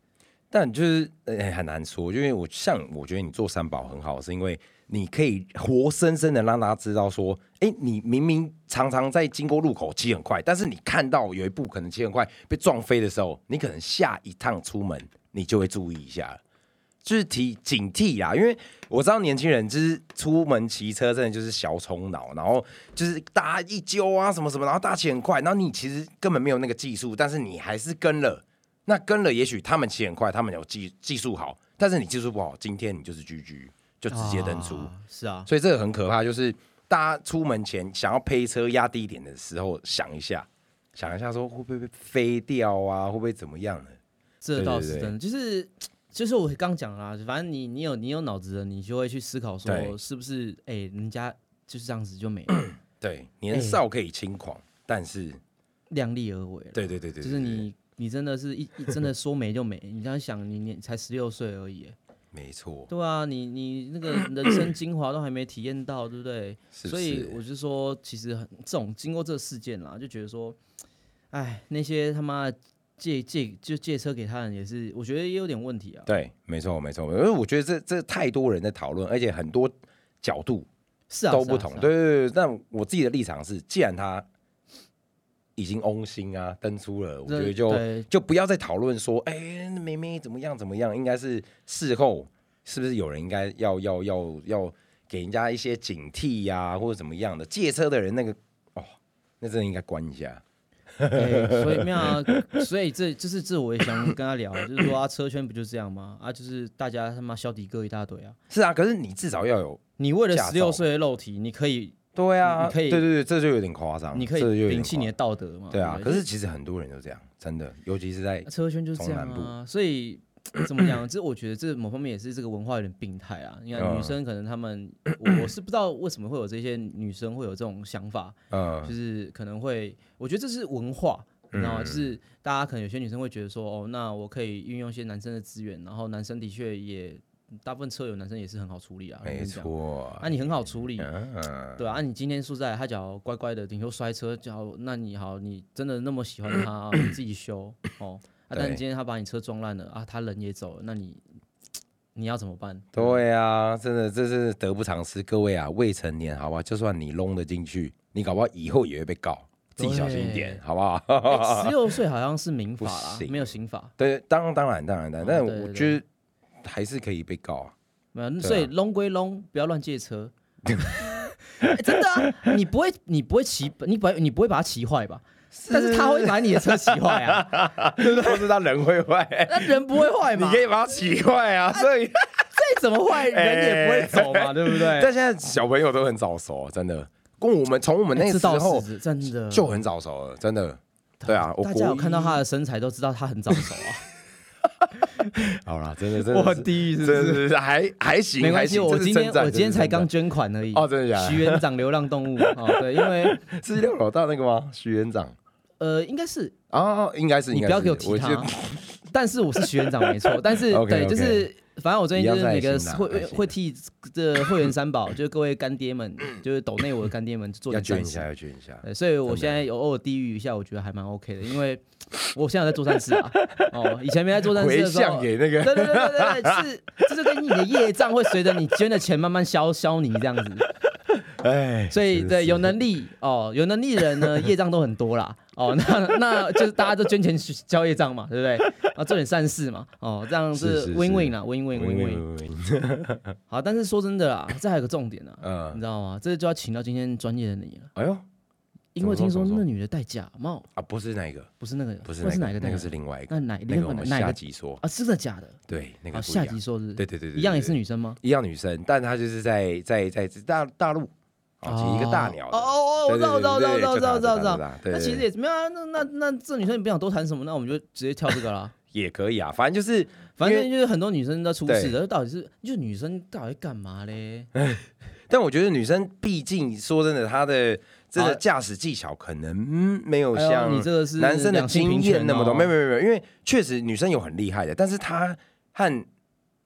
S2: 但就是、哎很难说，因为我像我觉得你做三宝很好，是因为你可以活生生的让大家知道说，哎、你明明常常在经过路口骑很快，但是你看到有一步可能骑很快被撞飞的时候，你可能下一趟出门你就会注意一下了。就是提警惕啊，因为我知道年轻人就是出门骑车真的就是小冲脑，然后就是大家一揪啊什么什么，然后大家骑很快，然后你其实根本没有那个技术，但是你还是跟了。那跟了，也许他们骑很快，他们有技技术好，但是你技术不好，今天你就是 GG，就直接登出。
S1: 啊是啊，
S2: 所以这个很可怕，就是大家出门前想要配车压低一点的时候，想一下，想一下说会不会被飞掉啊，会不会怎么样呢？
S1: 这倒是
S2: 对对
S1: 真的，就是就是我刚讲啦，反正你你有你有脑子的，你就会去思考
S2: 对
S1: 说是不是哎、人家就是这样子就没了，
S2: 对，年
S1: 哎
S2: 少可以轻狂，但是
S1: 量力而为啦。
S2: 对对对对，
S1: 就是
S2: 对对
S1: 你你真的是一一真的说没就没，你这样想，你你才十六岁而已耶，
S2: 没错，
S1: 对啊，你你 那个人生精华都还没体验到，对不对？
S2: 是不
S1: 所
S2: 是
S1: 以我就说，其实很这种经过这个事件啦，就觉得说，哎，那些他妈借借就借车给他人也是，我觉得也有点问题啊。
S2: 对，没错没错，因为我觉得这这太多人在讨论，而且很多角度
S1: 是啊，
S2: 都
S1: 是啊
S2: 不同。
S1: 是啊
S2: 对对对，但我自己的立场是，既然他已经翁心啊登出了，我觉得
S1: 这
S2: 就
S1: 对
S2: 就不要再讨论说，哎、那妹妹怎么样怎么样，应该是事后是不是有人应该要要要要给人家一些警惕呀、或者怎么样的？借车的人那个哦，那真的应该关一下。
S1: 对，所以没有啊，所以这就是这我也想跟他聊，就是说啊，车圈不就这样吗？啊，就是大家他妈小底哥一大堆啊。
S2: 是啊，可是你至少要有
S1: 你为了
S2: 驾照
S1: 十六岁的肉体，你可以
S2: 对
S1: 啊
S2: 啊，对对对，这就有点夸张，
S1: 你可以
S2: 啊这就有点
S1: 摒弃
S2: 夸
S1: 你的道德嘛？
S2: 对啊，
S1: 不
S2: 可是其实很多人都这样，真的，尤其是在
S1: 就是车圈就是这样
S2: 从
S1: 啊，所以 怎么讲？这我觉得这某方面也是这个文化有点病态啊。你看
S2: 嗯
S1: 女生可能她们，我我是不知道为什么会有这些女生会有这种想法，
S2: 嗯
S1: 就是可能会，我觉得这是文化。你知道吗？
S2: 嗯
S1: 就是大家可能有些女生会觉得说，哦，那我可以运用一些男生的资源，然后男生的确也大部分车友男生也是很好处理啊，
S2: 嗯没
S1: 就是这样。
S2: 错，
S1: 啊，你很好处理，
S2: 嗯，
S1: 对啊，啊你今天说实在，他假如乖乖的，你又摔车，假如那你好，你真的那么喜欢他，啊你自己修哦。啊，但
S2: 对
S1: 是今天他把你车撞烂了啊，他人也走了，那你你要怎么办？
S2: 对啊，真的这是得不偿失。各位啊，未成年好不好？就算你弄得进去，你搞不好以后也会被告，自己小心一点
S1: 对
S2: 好不好？
S1: 十六岁好像是民法啦
S2: 不，行
S1: 没有刑法，
S2: 对，当当然当然当然，
S1: 哦
S2: 但
S1: 对
S2: 我
S1: 对
S2: 觉得还是可以被告啊。
S1: 没有，
S2: 啊
S1: 所以龙归龙，不要乱借车。哎真的啊，你不会，你不会骑，你不会，你不会把它骑坏吧？但是他会把你的车骑坏啊，
S2: 不知道人会 坏，
S1: 那人不会坏
S2: 你
S1: 嘛？
S2: 可以把它起坏啊。所以，
S1: 再怎么坏，人也不会走嘛，对不哎对？ 哎
S2: 但现在小朋友都很早熟，真的。跟我们从我们那
S1: 这
S2: 时
S1: 倒
S2: 候
S1: 哎是真的，
S2: 就很早熟了，真的。对啊，我
S1: 嗯大家有看到
S2: 国一
S1: 他的身材都知道他很早熟 啊。
S2: 好啦，真的真的是，
S1: 地狱
S2: 真的是还还行，
S1: 没
S2: 还
S1: 关系，
S2: 行
S1: 我
S2: 这是
S1: 今
S2: 称
S1: 天
S2: 赞
S1: 我今天
S2: 这是
S1: 才
S2: 称赞
S1: 刚捐款而已。
S2: 哦，真的假的？
S1: 徐园长流浪动 物哦，对，因为
S2: 是六老大那个吗？徐园长
S1: 呃，应该是
S2: 哦，应该是，
S1: 你
S2: 应该
S1: 不要
S2: 是
S1: 给我提
S2: 我
S1: 他
S2: 觉
S1: 啊
S2: 得，
S1: 但是我是徐园长没错，但 是
S2: OK，OK
S1: 对，就是反正我最近就是每个
S2: 一样是爱心啊爱
S1: 会
S2: 心啊
S1: 会替这会员三宝，就是各位干爹们，就是抖内我的干爹们做
S2: 要
S1: 点
S2: 捐
S1: 善
S2: 一
S1: 事
S2: 下，。要捐一下。
S1: 对，所以我
S2: 真的欸
S1: 现在有偶尔地狱一下，我觉得还蛮 OK 的，因为我现在有在做善事 啊。哦，以前没在做善事
S2: 回
S1: 的时候
S2: 向，给那个，
S1: 对对对对对，是，这就跟你的业障会随着你捐的钱慢慢消消你这样子，
S2: 哎，
S1: 所以
S2: 真的
S1: 对
S2: 是
S1: 有能力哦，有能力的人呢，业障都很多啦。哦，那那就是大家都捐钱去交业障嘛，对不对？啊，做点善事嘛，哦，这样
S2: 是
S1: 是
S2: 是是
S1: win win 啦，win win win win。
S2: win，
S1: 好，但是说真的啦，这还有个重点啊，你
S2: 嗯，
S1: 知道吗？这就要请到今天专业的你了，
S2: 哎呦
S1: 因为听
S2: 怎
S1: 说
S2: 么说怎
S1: 那
S2: 么说
S1: 女的戴假帽，
S2: 啊，不是那个，
S1: 不是那个，
S2: 不是
S1: 那是
S2: 那
S1: 哪个
S2: 那
S1: 戴
S2: 个
S1: 的？
S2: 是另外一个，
S1: 那哪
S2: 那个我
S1: 哪
S2: 们
S1: 哪
S2: 下
S1: 个
S2: 集说，
S1: 啊？真的假的？
S2: 对，那
S1: 好，
S2: 个不一
S1: 下
S2: 样
S1: 集，说是
S2: 对对对对，
S1: 一样也
S2: 对
S1: 是女生吗？
S2: 一样女生，但她就是在在在大大陆，哦，其实一个大鸟
S1: 哦，
S2: 的
S1: 哦哦，我知道，我知道，我知道，我知道，我知道，我知道。
S2: 道，对，
S1: 那
S2: 对
S1: 其实
S2: 对
S1: 也没有啊，那那那这女生也不想多谈什么，那我们就直接跳这个啦。
S2: 也可以啊，反正就是
S1: 反
S2: 因
S1: 正
S2: 为
S1: 就是很多女生在出
S2: 对
S1: 事的，到底是就女生到底在干嘛嘞？
S2: 但我觉得女生，毕竟说真的，她的这个
S1: 啊
S2: 驾驶技巧可能嗯没有
S1: 哎呦
S2: 像
S1: 你这个是
S2: 男生的
S1: 两性
S2: 经
S1: 平
S2: 验
S1: 权
S2: 那么多。
S1: 哦
S2: 没有没有没有，因为确实女生有很厉害的，但是她和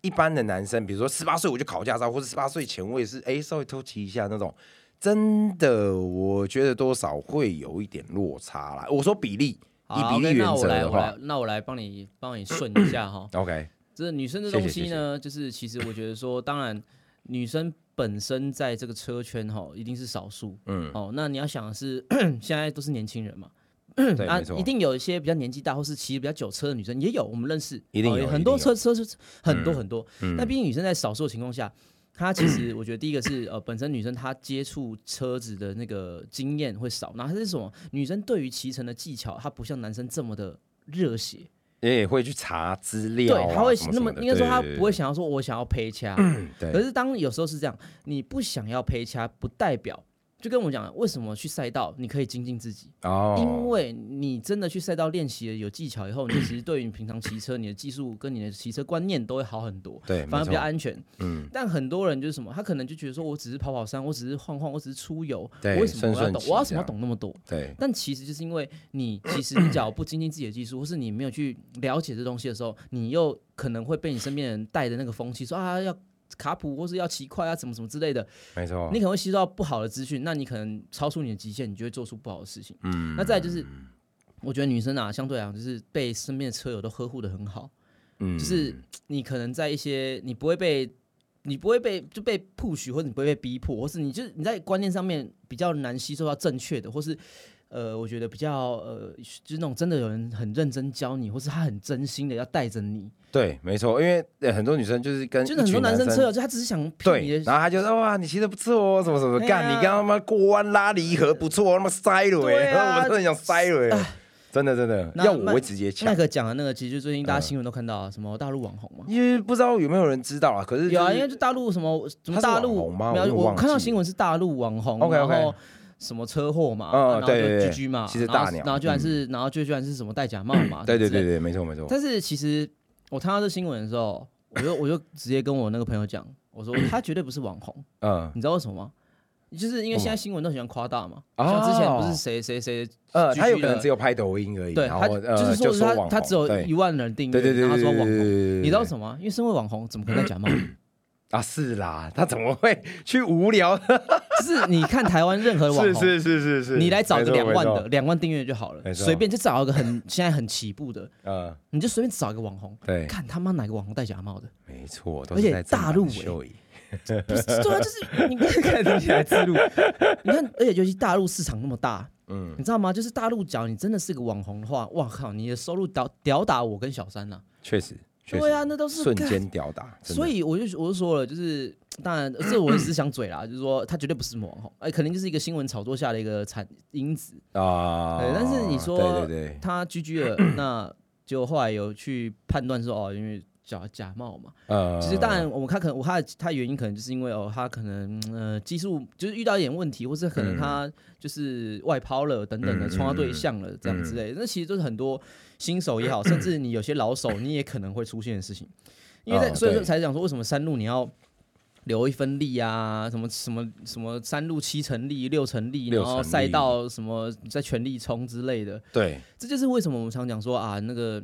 S2: 一般的男生，比如说十八岁我就考驾照，或者十八岁前我也是哎、稍微偷骑一下那种，真的我觉得多少会有一点落差啦。我说比例
S1: 好
S2: 以
S1: 啊
S2: 比
S1: ，OK，
S2: 例
S1: 那
S2: 原
S1: 我
S2: 则
S1: 来，
S2: 的
S1: 我来
S2: 话，
S1: 那我来帮你帮你顺一下哈。
S2: ，OK，
S1: 这女生的东西呢，就是其实我觉得说，当然女生本身在这个车圈哈，一定是少数。
S2: 嗯，
S1: 哦，那你要想的是，现在都是年轻人嘛，
S2: 对，
S1: 啊
S2: 没，错
S1: 一，定有一些比较年纪大或是骑比较久车的女生也有，我们认识，
S2: 一定有
S1: 哦
S2: 一定
S1: 很多
S2: 有
S1: 车车是很多很多。
S2: 嗯
S1: 但毕竟女生在少数的情况下，她其实我觉得第一个是呃，本身女生她接触车子的那个经验会少，然后她是什么？女生对于骑乘的技巧，她不像男生这么的热血，
S2: 也会去查资料啊，
S1: 对，她会
S2: 什么
S1: 那
S2: 什
S1: 么
S2: 么的
S1: 应该说她
S2: 对嗯
S1: 不会想要说我想要陪掐，
S2: 对，
S1: 可是当有时候是这样，你不想要陪掐，不代表就跟我们讲，为什么去赛道你可以精进自己。
S2: 哦，
S1: 因为你真的去赛道练习了有技巧以后，你其实对于你平常骑车、你的技术跟你的骑车观念都会好很多，
S2: 对，
S1: 反而
S2: 没
S1: 比较
S2: 错，
S1: 安全。
S2: 嗯，
S1: 但很多人就是什么，他可能就觉得说我只是跑跑山，我只是晃晃，我只是出游，我
S2: 对
S1: 为什么我要
S2: 顺顺
S1: 懂
S2: 骑？
S1: 我要
S2: 这
S1: 什么
S2: 样
S1: 懂那么多？
S2: 对，
S1: 但其实就是因为你其实你只要不精进自己的技术，或是你没有去了解这东西的时候，你又可能会被你身边人带的那个风气说啊要卡普或是要骑快啊怎么怎么之类的，
S2: 没错
S1: 你，可能会吸收到不好的资讯，那你可能超出你的极限，你就会做出不好的事情。
S2: 嗯
S1: 那再来就是，我觉得女生啊，相对来讲就是被身边的车友都呵护的很好，
S2: 嗯
S1: 就是你可能在一些你不会被。你不会被就被 push，或者你不会被逼迫，或是你就是你在观念上面比较难吸收到正确的，或是呃，我觉得比较呃，就是那种真的有人很认真教你，或是他很真心的要带着你，
S2: 对，没错，因为呃很多女生就是跟
S1: 就是
S2: 一
S1: 很多
S2: 群
S1: 男生
S2: 生
S1: 车友就他只是想骗你
S2: 对，
S1: 的
S2: 然后他就说哇，你骑的不错哦，什么什么，
S1: 哎呀
S2: 干你刚刚他妈过弯拉离合不错，他妈塞了
S1: 对啊
S2: 哎，然后我真的想塞了哎，真的真的，
S1: 那
S2: 要我
S1: 麦
S2: 会直接抢
S1: 麦，克讲的那个，其实最近大家
S2: 嗯
S1: 新闻都看到啊，什么大陆网红嘛，
S2: 因为不知道有没有人知道啊，可是
S1: 有啊，
S2: 就
S1: 因
S2: 是
S1: 为就大陆什么什
S2: 他
S1: 么
S2: 是网
S1: 大陆
S2: 红吗
S1: 没
S2: 我有
S1: 有，
S2: 点
S1: 我
S2: 忘记
S1: 看到新闻是大陆网红
S2: OK，OK
S1: 然后什么车祸嘛，
S2: 嗯
S1: 然后
S2: 对对对
S1: 就 GG 嘛，
S2: 其实
S1: 然后
S2: 大鸟嗯
S1: 然后居然是然后就居然是什么戴假冒 嘛，
S2: 对对
S1: 什么之类
S2: 对
S1: 的。
S2: 对，没错没错，
S1: 但是其实我看到这新闻的时候，我就我就直接跟我那个朋友讲，我 说他绝对不是网红，
S2: 嗯
S1: 你知道为什么吗？就是因为现在新闻都喜欢夸大嘛，
S2: 哦
S1: 像之前不是谁谁谁，
S2: 呃，
S1: 居
S2: 他有
S1: 居
S2: 可能
S1: 的
S2: 只有拍抖音而已，
S1: 对
S2: 然
S1: 他
S2: 后
S1: 就
S2: 呃
S1: 是说
S2: 就是说
S1: 他
S2: 网
S1: 他
S2: 红
S1: 只有
S2: 对
S1: 一万人订阅，
S2: 对对对
S1: 然后
S2: 对
S1: 说
S2: 对
S1: 网
S2: 对
S1: 红，
S2: 对，
S1: 你知道
S2: 么
S1: 什么吗？因为身为网红，怎么可能戴假冒？
S2: 啊？是啦，他怎么会去 无聊？
S1: 就是你看台湾任何的网
S2: 是
S1: 红，
S2: 是是是是，
S1: 你来找
S2: 没
S1: 个
S2: 错
S1: 两万，的，
S2: 没
S1: 两万订阅就好
S2: 没
S1: 了，
S2: 错
S1: 随便就找一个很 现在很起步的，
S2: 错呃，
S1: 你就随便找一个网红，
S2: 对，
S1: 看他妈哪个网红戴假 冒的，
S2: 没错，都
S1: 而
S2: 是
S1: 且
S2: 在正
S1: 大
S2: 版
S1: 陆
S2: 的
S1: 欸
S2: 秀影
S1: 不是对啊，就是 你看看东西来自录，你看，而且尤其大陆市场那么大，
S2: 嗯
S1: 嗯，你知道吗？就是大陆，假如你真的是个网红的话，哇靠，你的收入屌屌打我跟小三呐，
S2: 确实，确实
S1: 对啊，那都是
S2: 瞬
S1: 干
S2: 间吊打，真的
S1: 所以我就我就说了，就是当然这我的思想嘴啦，就是说他绝对不是什么网红，哎，肯定就是一个新闻炒作下的一个产因子，
S2: 啊，
S1: 对但是你说
S2: 对对对，
S1: 他 GG 了，那就后来有去判断说哦，因为假假冒嘛。
S2: 呃，
S1: 其实当然，我们看可能我看他的原因可能就是因为哦，他可能呃技术就是遇到一点问题，或是可能他就是外抛了等等
S2: 嗯
S1: 的，冲到对象了这样之类的。那其实就是很多新手也 好，甚至你有些老手，你也可能会出现的事情。因为在
S2: 哦
S1: 所以说
S2: 对
S1: 才讲说为什么山路你要。留一分力啊，什么什么什么山路七成力、六成力，
S2: 六
S1: 然
S2: 成
S1: 后赛
S2: 力
S1: 道什么你在全力冲之类的，
S2: 对
S1: 这就是为什么我们常讲说啊，那个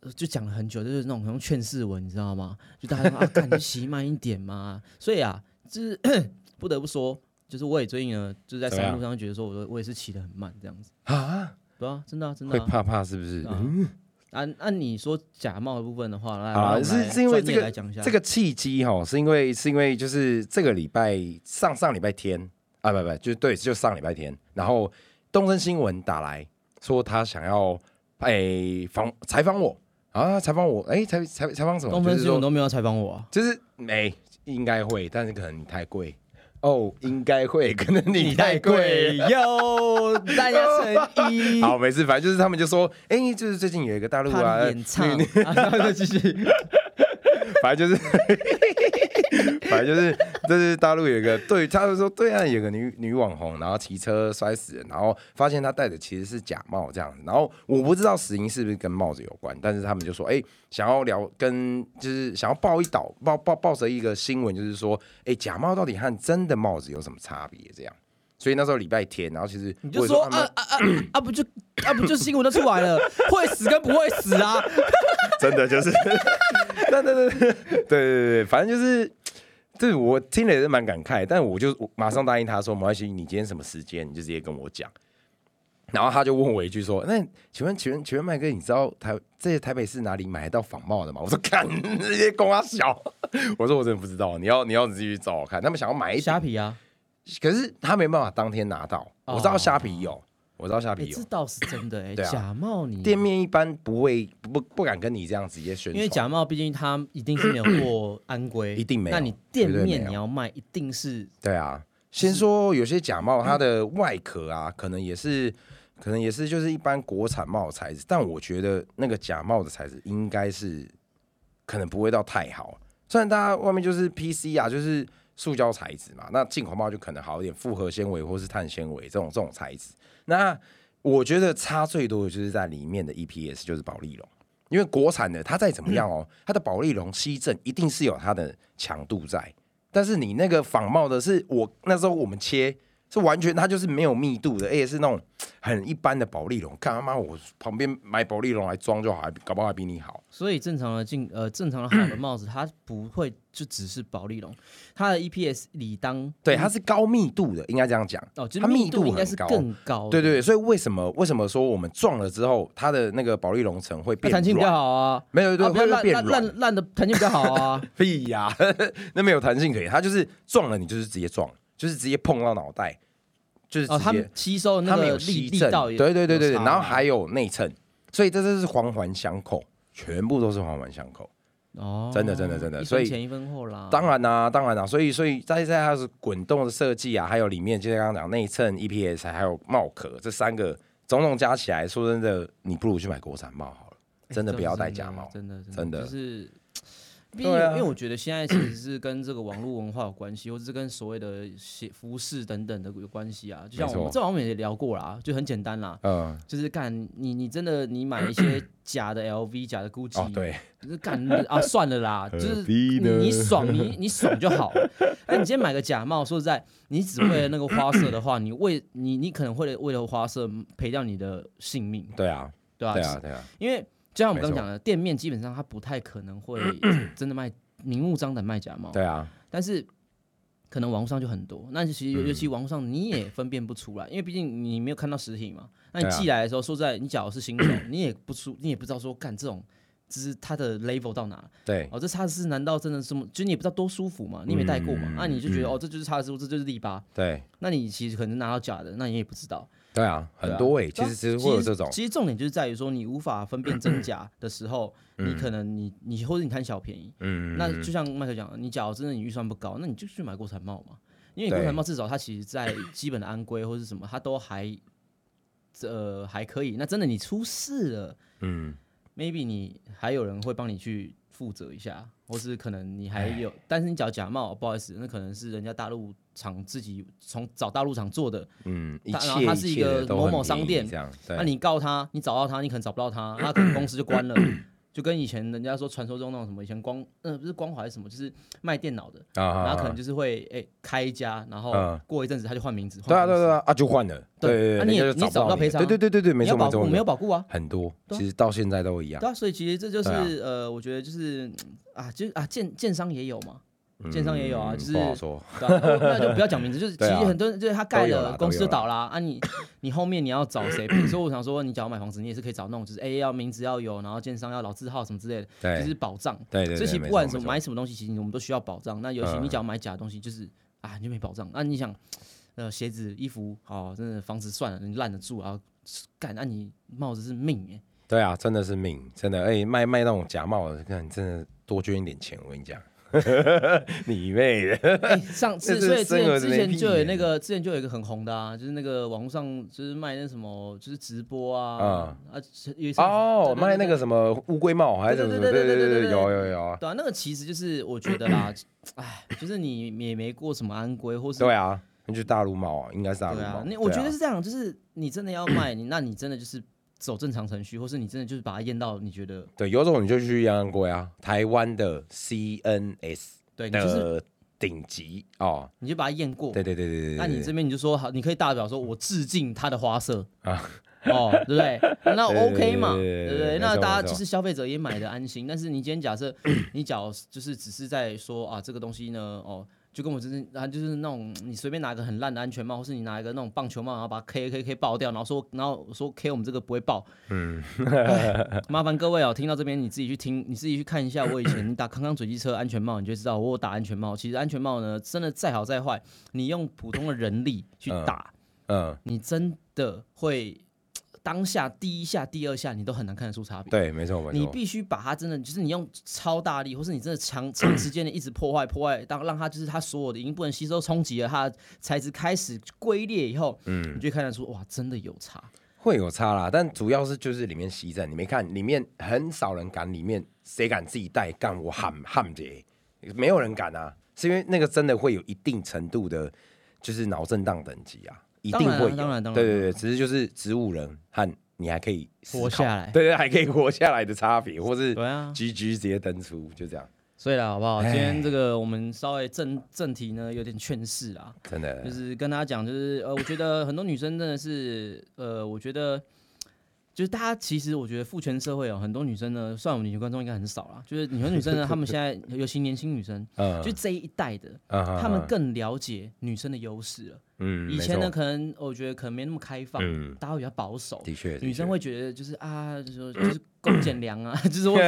S1: 呃就讲了很久，就是那种用劝世文，你知道吗？就大 家说啊，赶紧骑慢一点嘛。所以啊，就是 不得不说，就是我也最近呢，就是在
S2: 怎么
S1: 山
S2: 样
S1: 路上觉得说，我都我也是骑得很慢这样子。
S2: 啊，
S1: 对啊，真的啊，真的
S2: 会
S1: 啊。
S2: 怕怕是不是？
S1: 啊
S2: 嗯
S1: 按按、你说假冒的部分的话，来，
S2: 好
S1: 让我
S2: 啦
S1: 们
S2: 啊是
S1: 来
S2: 是因为
S1: 专
S2: 这
S1: 业
S2: 个
S1: 来讲一下
S2: 这个契机哈，是因为是因为就是这个礼拜上上礼拜天啊，不不，就对，就上礼拜天，然后东森新闻打来说他想要哎访采访我啊，采访我哎采采采访什么？
S1: 东
S2: 就
S1: 森
S2: 是
S1: 新闻
S2: 说
S1: 都没有采访我、啊，
S2: 就是没、应该会，但是可能你太贵哦，应该会，可能 你太
S1: 贵
S2: 贵
S1: 哟，大家诚意。
S2: 好，没事，反正就是他们就说，哎、就是最近有一个大陆啊
S1: 怕，演唱，
S2: 女
S1: 啊然后再继续。
S2: 反正就是，反正就是，就是大陆有一个对，他就说对啊，有个女女网红，然后骑车摔死人，然后发现她戴的其实是假帽这样子，然后我不知道死因是不是跟帽子有关，但是他们就说，哎、想要聊跟就是想要报一导报报报着一个新闻，就是说，哎、假帽到底和真的帽子有什么差别这样。所以那时候礼拜天，然后其实
S1: 你就
S2: 我也
S1: 说
S2: 啊没有
S1: 啊啊啊 啊不就啊不就新闻都出 来了，会死跟不会死啊，
S2: 真的就是， 对对对对对对，反正就是，对我听了也是蛮感慨，但我就我马上答应他说没关系，你今天什么时间你就直接跟我讲。然后他就问我一句说：“那请问，请问，请问麦哥，你知道台这些台北市哪里买得到仿冒的吗？”我说：“ 看这些公阿小，我说我真的不知道，你要你要你自己去找我哎看。他们想要买一点
S1: 虾皮啊，
S2: 可是他没办法当天拿到，
S1: 哦
S2: 我知道虾皮有，我知道虾
S1: 哎，
S2: 皮有
S1: 这倒是真的哎，
S2: 对啊
S1: 假冒你
S2: 店面，一般不会不不敢跟你这样直接宣传，
S1: 因为假冒毕竟它一定是没有过安规，
S2: 一定没有
S1: 那你店
S2: 绝对没
S1: 面
S2: 有
S1: 你要卖，一定是
S2: 对啊，先说有些假冒，它的外壳啊，可能也是，可能也是就是一般国产帽的材质，但我觉得那个假冒的材质应该是可能不会到太好。虽然大家外面就是 PC 啊，就是塑胶材质嘛，那进口帽就可能好一点，复合纤维或是碳纤维这种这种材质。那我觉得差最多的就是在里面的 EPS，就是保利龙。因为国产的它再怎么样哦，它的保利龙吸震一定是有它的强度在，但是你那个仿冒的是我那时候我们切是完全它就是没有密度的，而且是那种很一般的保利龙。干他妈我旁边买保利龙来装就好，还搞不好还比你好。
S1: 所以正常的进呃正常的好的帽子，它不会就只是保利龙，它的 EPS 理当
S2: 对，它是高密度的，应该这样讲。
S1: 哦，就是
S2: 它密
S1: 度
S2: 度
S1: 应该
S2: 很
S1: 是
S2: 高啊
S1: 更高的，
S2: 对对对，所以为什么为什么说我们撞了之后，它的那个保利龙层会
S1: 那
S2: 变
S1: 弹性比较
S2: 软？
S1: 好啊，
S2: 没有对，
S1: 啊，不要
S2: 会会
S1: 烂
S2: 变
S1: 烂
S2: 软。
S1: 烂烂的弹性比较好 啊，
S2: 屁呀、那没有弹性可以，它就是撞了你就是直接撞，就是直接碰到脑袋，就是直
S1: 哦，他
S2: 接。
S1: 们吸收那
S2: 它没
S1: 个
S2: 有
S1: 力
S2: 吸
S1: 力
S2: 震，
S1: 道也
S2: 对对对对对，
S1: 有差啊
S2: 然后还有内衬，所以这就是环环相扣，全部都是环环相扣。
S1: 哦，
S2: 真的真的真的
S1: 一分
S2: 所以
S1: 前一分后啦，
S2: 当然啦、当然啦、所以所以在在它是滚动的设计啊，还有里面就像刚刚讲内衬、EPS 还有帽壳这三个种种加起来，说真的，你不如去买国产帽好了，
S1: 哎
S2: 真的
S1: 这
S2: 不
S1: 样
S2: 要
S1: 子
S2: 戴
S1: 真
S2: 假
S1: 的
S2: 帽
S1: 真的
S2: 真的
S1: 就是。毕竟，
S2: 对啊
S1: 因为我觉得现在其实是跟这个网络文化有关系，或者是跟所谓的鞋服饰等等的有关系啊。就像我
S2: 没
S1: 们
S2: 错
S1: 这我们也聊过啦，就很简单啦，
S2: 嗯，
S1: 就是干你你真的你买一些假的 LV 假的 GUCCI，、
S2: 哦，对，
S1: 就是干 啊算了啦，就是
S2: 何
S1: 你
S2: 必呢
S1: 你爽你你爽就 好。哎，你今天买个假冒，说实在，你只为了那个花色的话，你为你你可能会为了花色赔掉你的性命，
S2: 对啊，
S1: 对吧、
S2: 对啊，对啊，
S1: 因为就像我们刚
S2: 没错
S1: 刚讲的，店面基本上它不太可能 会真的卖明目张胆卖假冒，
S2: 对啊，但
S1: 但是可能网络上就很多。那其实尤
S2: 嗯
S1: 尤其网络上你也分辨不出来，因为毕竟你没有看到实体嘛。那你
S2: 对啊
S1: 寄来的时候，说实在，你假如是 新手，你也不出，你也不知道说干这种。就是它的 level 到哪？
S2: 对，
S1: 哦，这叉子是难道真的这么？就你也不知道多舒服嘛？你也没戴过嘛？
S2: 嗯
S1: 那、你就觉得、
S2: 嗯
S1: 哦，这就是叉子，这就是力八。
S2: 对，
S1: 那你其实可能拿到假的，那你也不知道。
S2: 对啊，
S1: 对
S2: 很
S1: 啊
S2: 多诶、
S1: 对
S2: 其
S1: 啊
S2: 实其实会有这种，
S1: 其实重点就是在于说，你无法分辨真假的时候，你可能你你或者你贪小便宜。
S2: 嗯，
S1: 那就像麦克讲的，你假如真的你预算不高，那你就去买国产帽嘛，因为你国产帽至少它其实在基本的安规或是什么，它都还呃还可以。那真的你出事了
S2: 嗯，
S1: ，maybe 你还有人会帮你去负责一下，或是可能你还有，但是你假假冒，不好意思，那可能是人家大陆厂自己从找大陆厂做的，
S2: 嗯，一
S1: 它然后
S2: 切
S1: 它
S2: 一
S1: 是一
S2: 切
S1: 个
S2: 的都
S1: 某
S2: 很
S1: 某商
S2: 便
S1: 店
S2: 宜这样，对，
S1: 啊那你告他，你找到他，你可能找不到他，那可能公司就关 了，就跟以前人家说传说中那种什么以前光，呃，不是光华还是什么，就是卖电脑的，
S2: 啊啊
S1: 然后可
S2: 啊
S1: 能就是会哎、开一家，然后
S2: 嗯
S1: 过一阵子他就换名字，
S2: 对啊，
S1: 换公
S2: 对啊
S1: 司
S2: 对啊，啊就换了，
S1: 对
S2: 对
S1: 啊
S2: 对，
S1: 你也
S2: 人家就
S1: 你找不到
S2: 你
S1: 赔偿啊
S2: 对对对对对，没
S1: 你要
S2: 错
S1: 保护
S2: 没错，
S1: 没有
S2: 错
S1: 保护啊，
S2: 很多，
S1: 对啊
S2: 其实到现在都一样
S1: 对，啊，所以其实这就是、
S2: 对啊
S1: 呃，我觉得就是嗯啊，就是啊，建建商也有嘛，建商也有啊
S2: 嗯
S1: 就是
S2: 不好说，
S1: 对啊、哦那就不要讲名字，就是其
S2: 对
S1: 实
S2: 啊
S1: 很多人就是他盖
S2: 都有啦
S1: 了，公司
S2: 都
S1: 就
S2: 有啦
S1: 倒啦啊你，你后面你要找谁赔？所以我想说，你只要买房子，你也是可以找那种就是哎、要名字要有，然后建商要老字号什么之类的，
S2: 对
S1: 就是保障。
S2: 对哎对
S1: 所
S2: 对，
S1: 以其实不
S2: 没错
S1: 管什
S2: 没
S1: 么
S2: 错
S1: 买什么东西，其实我们都需要保障。那尤其
S2: 嗯
S1: 你只要买假的东西，就是、啊，你就没保障。那、你想，呃，鞋子、衣服，哦，真的房子算了，你烂得住啊，干，那、你帽子是命 哎、
S2: 对啊，真的是命，真的，哎，卖卖那种假冒的，看真的多捐一点钱，我跟你讲，你妹的，
S1: 哎、上次
S2: 这是
S1: 所以之
S2: 生
S1: 前
S2: 儿子
S1: 之
S2: 没
S1: 前
S2: 屁
S1: 就有
S2: 眼
S1: 那个之前就有一个很红的啊，就是那个网络上就是卖那什么就是直播啊、啊，有一次
S2: 哦，
S1: 对对
S2: 卖
S1: 对
S2: 那个什么乌龟帽还是什么什么，
S1: 对对对
S2: 对
S1: 对对对对
S2: 有有有，
S1: 对啊，那个其实就是我觉得啦， 哎，就是你也没过什么安规或是
S2: 对啊，那就大陆帽啊，应该是大陆
S1: 对
S2: 帽
S1: 啊，，那
S2: 对
S1: 我觉得
S2: 啊
S1: 是这样，就是你真的要卖，你那你真的就是走正常程序，或是你真的就是把它验到你觉得
S2: 对，有种你就去阳安龟啊，台湾的 CNS
S1: 对，你就是
S2: 的顶级哦，
S1: 你就把它验过。
S2: 呃对对对对对对，
S1: 那你
S2: 对
S1: 这边你就说好，你可以大表说我致敬它的花色
S2: 啊
S1: 哦，对不对？那
S2: 对对
S1: OK 嘛，
S2: 对
S1: 对
S2: 对对
S1: 不
S2: 没
S1: 对？那
S2: 错
S1: 大家
S2: 没错
S1: 就是消费者也买的安心。但是你今天假 设你假如就是只是在说啊，这个东西呢，哦。就跟我就是啊，就是那种你随便拿个很烂的安全帽，或是你拿一个那种棒球帽，然后把它 K K K 爆掉，然后说，然后说 K 我们这个不会爆，
S2: 嗯
S1: 麻烦各位哦，听到这边你自己去听，你自己去看一下。我以前打康康嘴机车安全帽，你就知道我有打安全帽。其实安全帽呢，真的再好再坏，你用普通的人力去打，
S2: 嗯，
S1: 你真的会当下第一下、第二下，你都很难看得出差别。
S2: 对，没错没
S1: 你
S2: 错，
S1: 必须把它真的，就是你用超大力，或是你真的长长时间的一直破坏破坏，当让它就是它所有的已经不能吸收冲击了，它的材质开始龟裂以后，嗯，你就看得出哇，真的有差。
S2: 会有差啦，但主要是就是里面西站，你没看里面很少人敢，里面谁敢自己带干 我喊喊姐，没有人敢啊，是因为那个真的会有一定程度的，就是脑震荡等级啊，一定会有，
S1: 当然啊当然当然
S2: 对对对，只是就是植物人和你还可以思考
S1: 活下来
S2: 对对，还可以活下来的差 别，或是
S1: 对啊
S2: GG 直接登出，就这样，
S1: 所以啦，好不好？
S2: 哎
S1: 今天这个我们稍微正正题呢，有点劝世啦，
S2: 真的
S1: 就是跟大家讲，就是呃，我觉得很多女生真的是，呃，我觉得就是大家其实我觉得父权社会哦，很多女生呢，算我们女性观众应该很少啦，就是很多女生呢，她们现在 啊尤其年轻女生，
S2: 嗯
S1: 就这一代的，
S2: 嗯
S1: 她们更了解女生的优势了。
S2: 嗯，
S1: 以前
S2: 没
S1: 呢，
S2: 错
S1: 可能哦我觉得可能没那么开放，
S2: 嗯
S1: 大家比较保守，
S2: 的确，的
S1: 女生
S2: 确
S1: 会觉得就是啊，就是说就是公俭粮 啊，就是我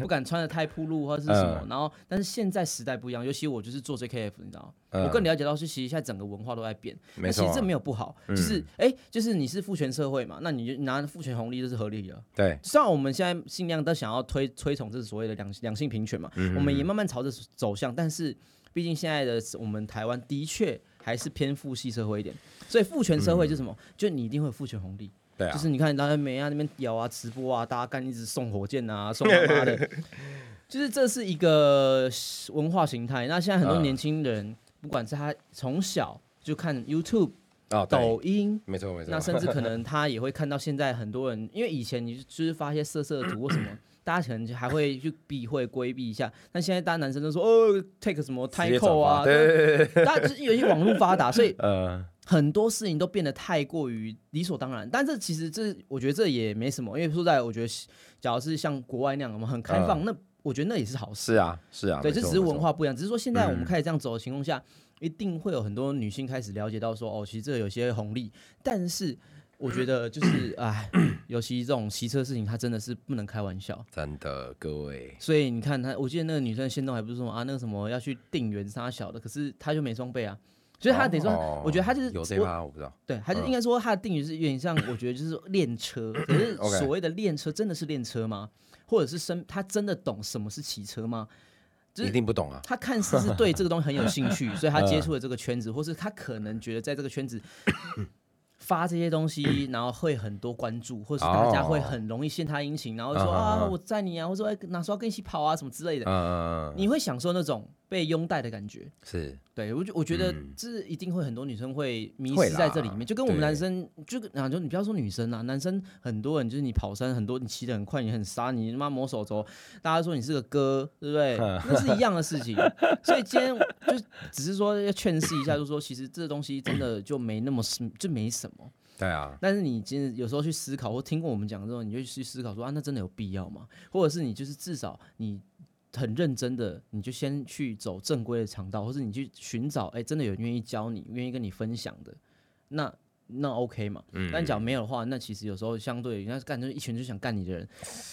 S1: 不敢穿的太暴露或者是什
S2: 嗯
S1: 么。然后，但是现在时代不一样，尤其我就是做 JKF，你知道吗，
S2: 嗯
S1: 我更了解到是其实现在整个文化都在变。
S2: 没
S1: 那
S2: 错
S1: 其
S2: 啊
S1: 实这没有不好，就是哎，就是你是父权社会嘛，那你就拿父权红利这是合理的。
S2: 对，
S1: 虽然我们现在尽量都想要推推崇这所谓的两两性平权嘛，
S2: 嗯
S1: 我们也慢慢朝着走向，但是毕竟现在的我们台湾的确还是偏父系社会一点，所以父权社会就是什么？就你一定会有父权红利，
S2: 嗯对啊
S1: 就是你看大家美啊那边摇啊直播啊，大家干一直送火箭 啊，送他妈的，就是这是一个文化形态。那现在很多
S2: 嗯
S1: 年轻人，不管是他从小就看 YouTube、
S2: 哦，对，
S1: 抖音。
S2: 没错没错，
S1: 那甚至可能他也会看到现在很多人，因为以前你就是发一些色色的图或 什么，大家可能就还会去避讳规避一下。但现在大家男生都说哦，take 什么 t
S2: 直
S1: i
S2: 接
S1: c
S2: 转
S1: o
S2: 发
S1: 啊，
S2: 对
S1: 对
S2: 对对对对，
S1: 大家就是因为网络发达，所以
S2: 呃，
S1: 很多事情都变得太过于理所当然。但这其实这我觉得这也没什么，因为说实在我觉得假如是像国外那样，我们很开放，
S2: 嗯
S1: 那我觉得那也是好事。
S2: 是啊是啊，
S1: 对，
S2: 没
S1: 这
S2: 错
S1: 只是
S2: 没
S1: 文
S2: 错
S1: 化不一样，只是说现在我
S2: 嗯
S1: 们开始这样走的情况下，一定会有很多女性开始了解到说，哦，其实这有些红利，但是我觉得就是， 哎，尤其这种骑车事情，它真的是不能开玩笑。
S2: 真的，各位，
S1: 所以你看她，我记得那个女生的行动还不是说啊，那个什么要去定员杀小的，可是她就没装备啊，所以她等于说，
S2: 哦
S1: 我觉得她就是
S2: 有这嗯
S1: 我
S2: 趴，我不知道。
S1: 对，他就应该说他的定语是有点像，我觉得就是练车。可是
S2: OK
S1: 所谓的练车，真的是练车吗？或者是生他真的懂什么是骑车吗？就是
S2: 一定不懂啊，
S1: 他看似是对这个东西很有兴趣，所以他接触了这个圈子，或是他可能觉得在这个圈子发这些东西，然后会很多关注，或是大家会很容易陷他殷勤，然后说
S2: 嗯嗯
S1: 啊
S2: 嗯
S1: 我载你啊，或者说哎哪时候要跟你一起跑啊什么之类的，
S2: 嗯，
S1: 你会享受那种被拥戴的感觉。
S2: 是
S1: 对，我觉我觉得这一定会很多女生会迷失在这里
S2: 嗯会啦
S1: 面，就跟我们
S2: 对
S1: 男生，就跟啊，就你不要说女生啦，男生很多人就是你跑山很多，你骑得很快，你很杀，你他妈磨手肘，大家说你是个哥，对不对？
S2: 嗯
S1: 那是一样的事情。所以今天就只是说要劝示一下，就说其实这东西真的就没那么是就没什么，
S2: 对啊，
S1: 但是你今天有时候去思考或听过我们讲之后，你就去思考说啊，那真的有必要吗？或者是你就是至少你很认真的，你就先去走正规的肠道，或是你去寻找哎、真的有人愿意教你、愿意跟你分享的，那那 OK 嘛？但假如没有的话，那其实有时候相对人家干就是一群就想干你的人，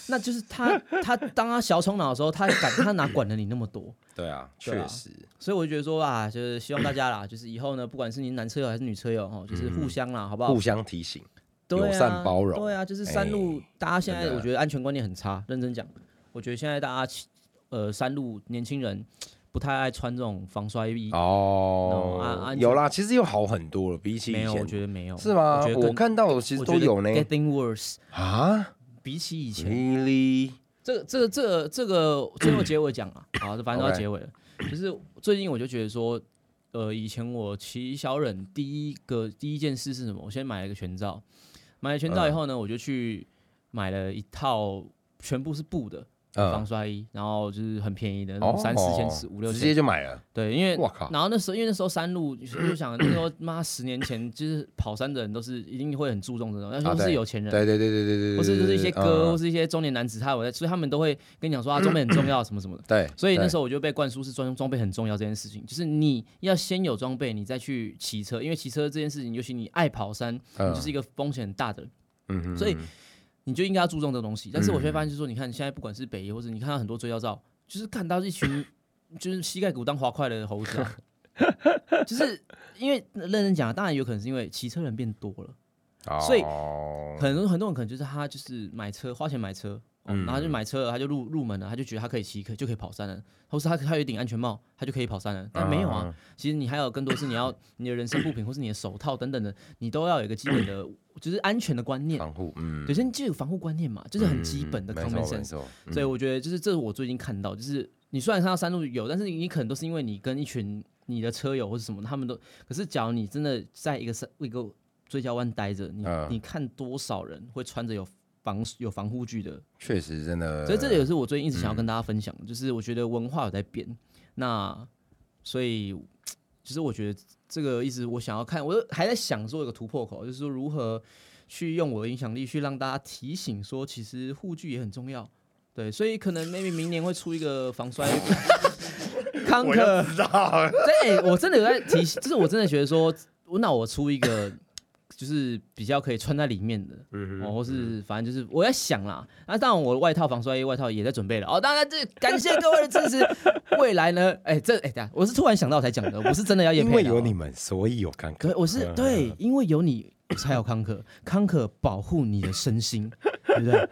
S1: 那就是他他当他小丑脑的时候，他敢他哪管了你那么多？
S2: 对啊，
S1: 对啊
S2: 确实，
S1: 所以我就觉得说啊，就是希望大家啦，就是以后呢，不管是您男车友还是女车友哦，就是互相啦，好不好？
S2: 互相提醒，
S1: 对
S2: 友
S1: 啊
S2: 善包容哎
S1: 对啊，就是山路，大家现
S2: 真
S1: 在
S2: 的
S1: 我觉得安全观念很差，认真讲，我觉得现在大家骑呃山路年轻人不太爱穿这种防摔衣，那安
S2: 哦
S1: 安，全
S2: 有啦，其实又好很多了，比起
S1: 啊没
S2: 以
S1: 有，我
S2: 前
S1: 觉得没有，
S2: 是吗
S1: 我觉？得
S2: 我
S1: 更
S2: 看到的其实
S1: 我
S2: 都有呢，嗯
S1: ，getting worse，
S2: 啊
S1: 比起以前，
S2: ，really，
S1: 这个这个这个这个最后结尾讲啊，好，反正都要
S2: OK
S1: 结尾了。就是最近我就觉得说，呃，以前我骑小忍第一个第一件事是什么？我先买了一个全罩，买了全
S2: 嗯
S1: 罩以后呢，我就去买了一套全部是布的防
S2: 嗯，
S1: 摔衣，然后就是很便宜的，
S2: 哦
S1: 三四千、四五六
S2: 直接
S1: 千。
S2: 就买了，
S1: 对，因为
S2: 我靠，
S1: 然后那时候因为那时候山路就想那时候妈十年前就是跑山的人都是一定会很注重这种，那时
S2: 啊
S1: 候
S2: 对
S1: 是有钱人。
S2: 对对对对对对，
S1: 或是就是一些歌，
S2: 歌，
S1: 或
S2: 嗯
S1: 是一些中年男子，他有在，所以他们都会跟你讲 说啊，装备很重要，什么什么的。
S2: 对，
S1: 所以那时
S2: 候
S1: 候我就被灌输是装装备很重要这件事情，就是你要先有装备，你再去骑车，因为骑车这件事情，尤其你爱跑山，你就是一个风险很大的人，
S2: 嗯哼
S1: 所以你就应该要注重这个东西。但是我却发现，就是说，你看现在不管是 北野，或者你看到很多追焦照，就是看到一群就是膝盖骨当滑块的猴子、啊， 就是因为认真讲，当然有可能是因为骑车人变多了，所以
S2: 哦
S1: 很多很多人可能就是他就是买车花钱买车，哦
S2: 嗯
S1: 然后他就买车了，他就入入门了，他就觉得他可以骑，可就可以跑山了，或是他他有一顶安全帽，他就可以跑山了，但没有啊，
S2: 嗯
S1: 其实你还有更多是你要 你的人身物品或是你的手套等等的，你都要有一个基本的就是安全的观念，
S2: 防护，嗯，
S1: 首先就有防护观念嘛，就是很基本的
S2: 嗯没
S1: common
S2: 错没
S1: sense。
S2: 错嗯
S1: 所以我觉得就是这是我最近看到，就是你虽然看到山路有，但是你可能都是因为你跟一群你的车友或者什么，他们都可是，假如你真的在一个山一个追焦湾待着，你、
S2: 嗯
S1: 你看多少人会穿着有防有防护具的，
S2: 确实真的，
S1: 所以这个也是我最近一直想要跟大家分享，的，就是我觉得文化有在变，那所以其实我觉得这个一直我想要看，我还在想做一个突破口，就是说如何去用我的影响力去让大家提醒说，其实护具也很重要。对，所以可能 maybe 明年会出一个防摔康
S2: 我
S1: 克
S2: 就，知道了，
S1: 对、我真的有在提醒，就是我真的觉得说，我那我出一个就是比较可以穿在里面的，
S2: 嗯
S1: 哦，或是反正就是我在想啦。那、当然，我的外套、防摔衣、外套也在准备了。哦，当然这感谢各位的支 持。未来呢，哎、这哎、等一下我是突然想到才讲的，我不是真的要验
S2: 因
S1: 配
S2: 为
S1: 的
S2: 有
S1: 哦
S2: 你，嗯们，所以有看看
S1: 对，我是对，因为有你才有康可，康可保护你的身心，对不对？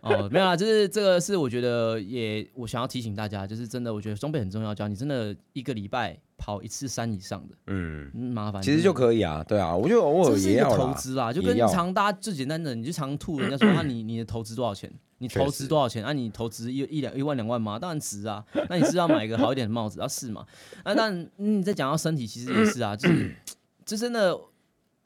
S1: 哦，没有啦，就是这个是我觉得也我想要提醒大家，就是真的，我觉得装备很重要。只要你真的一个礼拜跑一次山以上的，
S2: 嗯，
S1: 嗯、麻烦
S2: 其实
S1: 真的
S2: 就可以啊，对啊，我觉得偶
S1: 这
S2: 尔
S1: 是一
S2: 也
S1: 个
S2: 要啦
S1: 投资啊，就
S2: 也
S1: 跟
S2: 要
S1: 常大家最简单的，你去常吐人家 说啊，你你的投资多少钱？你
S2: 确
S1: 投
S2: 实
S1: 资多少钱？啊，你投资一一两一万两万吗？当然值啊。那你是要买一个好一点的帽子，啊是嘛？啊，那你再讲到身体，其实也是 啊，就是这真的，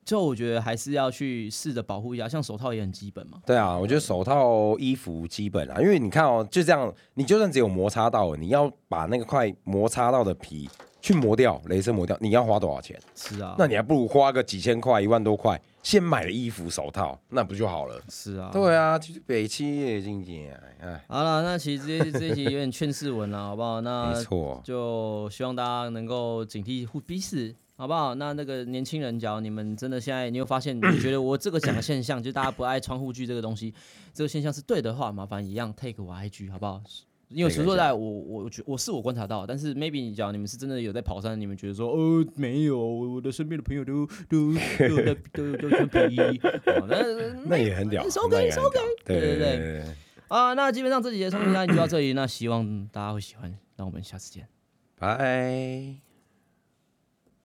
S1: 就我觉得还是要去试着保护一下，像手套也很基本嘛。
S2: 对啊，我觉得手套、衣服基本啊，因为你看哦，就这样，你就算只有摩擦到，你要把那个块摩擦到的皮去磨掉，镭射磨掉，你要花多少钱？
S1: 是啊，
S2: 那你还不如花个几千块、一万多块，先买了衣服、手套，那不就好了？
S1: 是啊。
S2: 对啊，就是北七夜境界啊，哎，
S1: 好了，那其实这这一集有点劝世文了，好不好？那
S2: 没错，
S1: 就希望大家能够警惕互彼此，好不好？那那个年轻人，假如你们真的现在你有发现，你觉得我这个讲的现象，就大家不爱穿护具这个东西，这个现象是对的话，麻烦一样 take 我 IG 好不好？因为
S2: Take
S1: 说实在，我我我觉我是我观察到，但是 maybe 你讲你们是真的有在跑山，你们觉得说哦没有，我我的身边的朋友都都都有在都都穿皮衣，哦那
S2: 那也很屌，
S1: 收
S2: 那
S1: 给
S2: 也很
S1: 收给
S2: 屌，对
S1: 对对
S2: 对对对对，
S1: 啊，那基本上这几节冲击大就到这里，那希望大家会喜欢，那我们下次见。
S2: 拜。